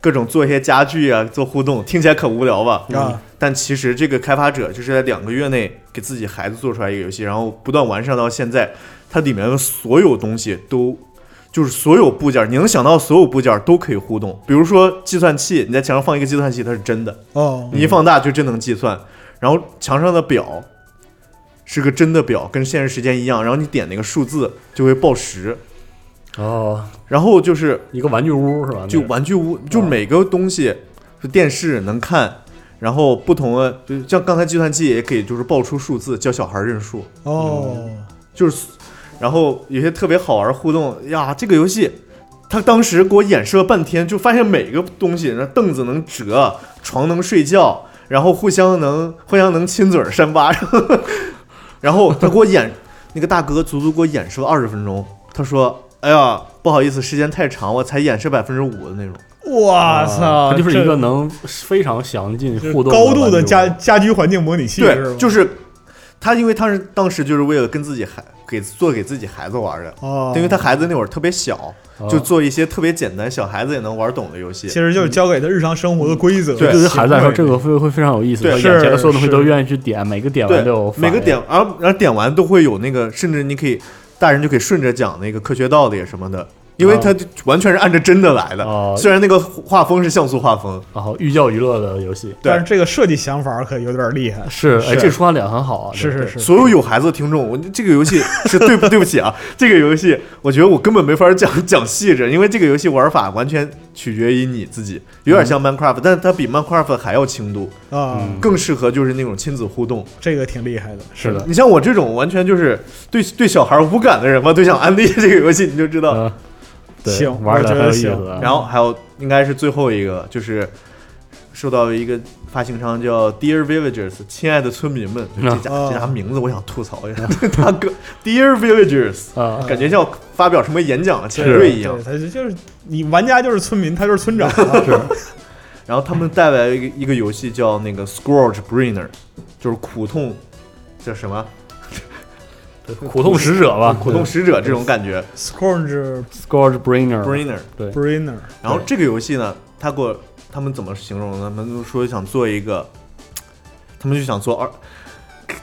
各种做一些家具啊，做互动，听起来可无聊吧？嗯啊但其实这个开发者就是在两个月内给自己孩子做出来一个游戏，然后不断完善到现在，它里面的所有东西都就是所有部件，你能想到所有部件都可以互动。比如说计算器，你在墙上放一个计算器，它是真的，哦，你一放大就真能计算。然后墙上的表是个真的表，跟现实时间一样。然后你点那个数字就会报时。哦，然后就是一个玩具屋是吧？就那个玩具屋，就每个东西，就电视能看，然后不同的，就像刚才计算器也可以，就是报出数字教小孩认数，嗯哦，就是，然后有些特别好玩互动呀，这个游戏。他当时给我演示了半天，就发现每个东西，那凳子能折，床能睡觉，然后互相能互相能亲嘴儿扇巴掌， 然后他给我演那个大哥足足给我演示了二十分钟，他说：“哎呀，不好意思，时间太长，我才演示百分之五的那种。”哇啊操，它就是一这个能非常详尽就是互动高度的玩具家屋家居环境模拟器， 对，就是是他，因为他是当时就是为了跟自己孩给做给自己孩子玩的，吗哦，因为他孩子那会儿特别小，啊就做一些特别简单小孩子也能玩懂的游戏其。实就是教给他日常生活的规则，对对于行孩子来说，为这个会会非常有意思。对他眼前的是所有东西是都愿意去点，每个点对完都有，每个反应点，然后然后点完都会有那个，甚至你可以大人就可以顺着讲那个科学道理什么的，因哦为他就完全是按照真的来的，啊，虽然那个画风是像素画风，然后寓教于乐的游戏对但是这个设计想法可有点厉害，是，哎，是这出发点很好啊，是对是是，所有有孩子的听众，我这个游戏是对不对不起啊？ 这个游戏我觉得我根本没法讲讲细致，因为这个游戏玩法完全取决于你自己，有点像 Minecraft，、但是它比 Minecraft 还要轻度，啊，嗯更适合就是那种亲子互动。这个挺厉害的，是的，你像我这种完全就是对对小孩无感的人吧，对想安利这个游戏你就知道。嗯，对行玩起来我觉很得有意行思啊。然后还有应该是最后一个就是。受到一个发行商叫 Dear Villagers，亲爱的村民们，就这家、啊这家名字我想吐槽一下， 大哥 Dear Villagers，啊，感觉像发表什么演讲对前缀一样对。他就就是你玩家就是村民，他就是村长啊，然后他们带来一个一个游戏叫那个 Scourge Brainer，就是苦痛，叫什么 苦痛使者吧，苦痛使者这种感觉 Scourge Scourge Brainer， Brainer。 Brainer，然后这个游戏呢，他给我他们怎么形容呢？他们说想做一个，他们就想做二，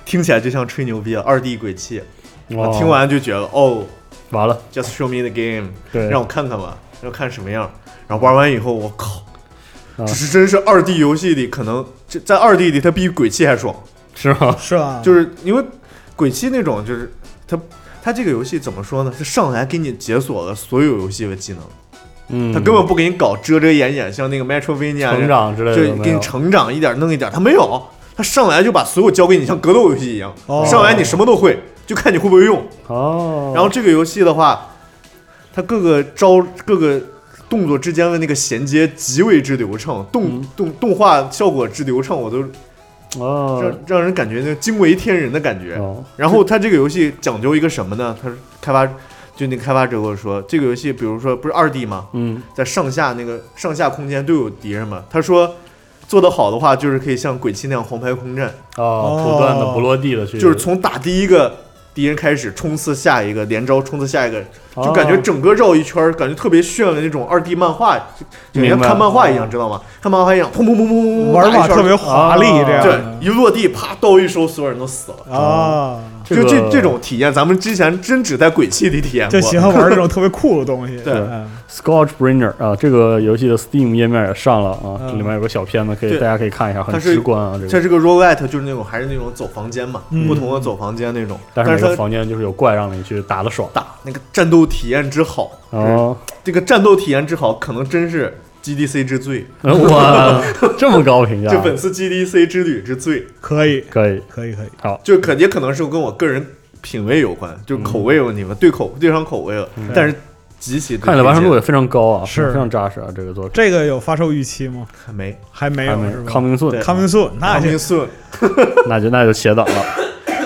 听起来就像吹牛逼了，啊二 D 鬼泣。我哦听完就觉得哦完了， ，Just show me the game，对，让我看看吧，要看什么样。然后玩完以后，我靠，啊这是真是二 D 游戏里可能这在二 D 里它比鬼泣还爽，是吗？是吧？就是因为鬼泣那种就是它它这个游戏怎么说呢？它上来给你解锁了所有游戏的技能，嗯，它根本不给你搞遮遮掩掩，像那个 Metrovania 成长之类的就没给有你成长一点弄一点，它没有，它上来就把所有交给你，像格斗游戏一样，哦上来你什么都会，就看你会不会用。哦，然后这个游戏的话，它各个招、各个动作之间的那个衔接极为之流畅，动嗯动动画效果之流畅，我都哦让让人感觉那惊为天人的感觉。哦然后它这个游戏讲究一个什么呢？它是开发就那个开发者跟我说，这个游戏比如说不是二 D 吗？嗯在上下那个上下空间都有敌人嘛。他说做得好的话，就是可以像鬼泣那样黄牌空战，哦，不断的不落地的去，就是从打第一个敌人开始冲刺下一个，连招冲刺下一个，哦就感觉整个绕一圈儿，感觉特别炫的那种二 D 漫画，就就明像白看漫画一样，知道吗？看漫画一样，砰砰砰砰砰砰，玩打法一圈儿特别华丽，啊这样对，一落地啪刀一收，所有人都死了。啊，这个就这这种体验，咱们之前真只在鬼泣里体验过。就喜欢玩这种特别酷的东西。对嗯 Scourge Brainer 啊，这个游戏的 Steam 页面也上了啊，嗯这里面有个小片子，可以对大家可以看一下，很它是直观啊。这它个，是个 roguelite，就是那种还是那种走房间嘛，嗯不同的走房间那种。但但是每它个房间就是有怪让你去打的爽打那个战斗体验之好，哦，这个战斗体验之好，可能真是 GDC 之最，哇，这么高 评价这，本次 GDC 之旅之最，可以，可以可以，可以。就可也可能是跟我个人品味有关，就是口味问题吧，对口对上口味了，但是极其看起来完成度也非常高啊，是非常扎实啊，这个作品这个有发售预期吗？还没还没还有，没是吧康明顺，对 Coming soon，那就明顺，那就那就写档了，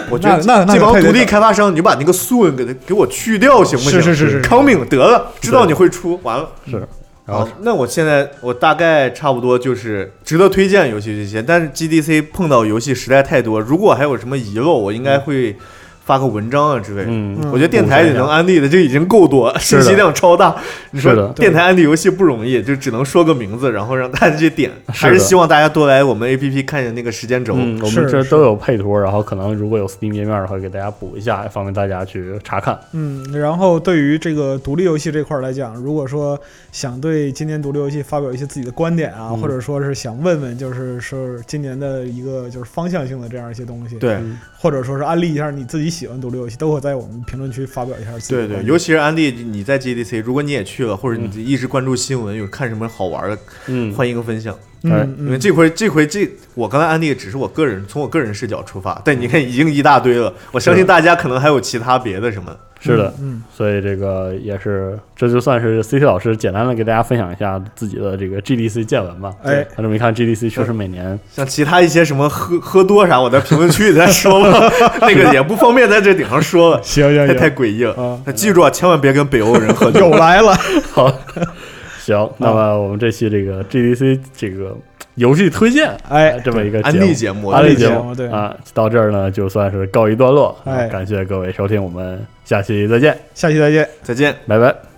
我觉得那那那这帮太得独立等开发商，你就把那个 soon 给它给我去掉，行不行？是是是是是 coming 得了，知道你会出，完了。是，然好后，那我现在我大概差不多就是值得推荐游戏这些，但是 GDC 碰到游戏实在太多，如果还有什么遗漏，我应该会。发个文章啊之类的。嗯，嗯我觉得电台里能安利的就已经够多，是信的息量超大。你说是的电台安利游戏不容易，就只能说个名字，然后让大家去点。是的还是希望大家多来我们 APP 看一下那个时间轴。嗯，我是们这是都有配图，然后可能如果有 Steam 页面的话，给大家补一下，方便大家去查看。嗯，然后对于这个独立游戏这块儿来讲，如果说想对今年独立游戏发表一些自己的观点啊，嗯或者说是想问问，就是是今年的一个就是方向性的这样一些东西，，对嗯或者说是安利一下你自己喜欢独立游戏，都可以在我们评论区发表一下自己的对观嗯对，点。尤其是安利，你在 GDC，如果你也去了，或者你一直关注新闻，有看什么好玩的，嗯，欢迎分享。哎嗯因为嗯，这回这回这我刚才安利只是我个人从我个人视角出发，嗯但你看已经一大堆了，我相信大家可能还有其他别的什么。是的，嗯，所以这个也是，这就算是 CT 老师简单的给大家分享一下自己的这个 GDC 见闻吧。哎那这么一看，GDC 确实每年像其他一些什么喝喝多啥，我在评论区里再说吧， 那个也不方便在这顶上说了，行哎行太行，太诡异了。啊，那记住啊，千万别跟北欧人喝酒。又来了，好，行，嗯那么我们这期这个 GDC 这个游戏推荐， 哎这么一个安节目利节目，安利节安利节目对啊，到这儿呢就算是告一段落。啊哎感谢各位收听，我们下期再见，下期再见。再见。拜拜。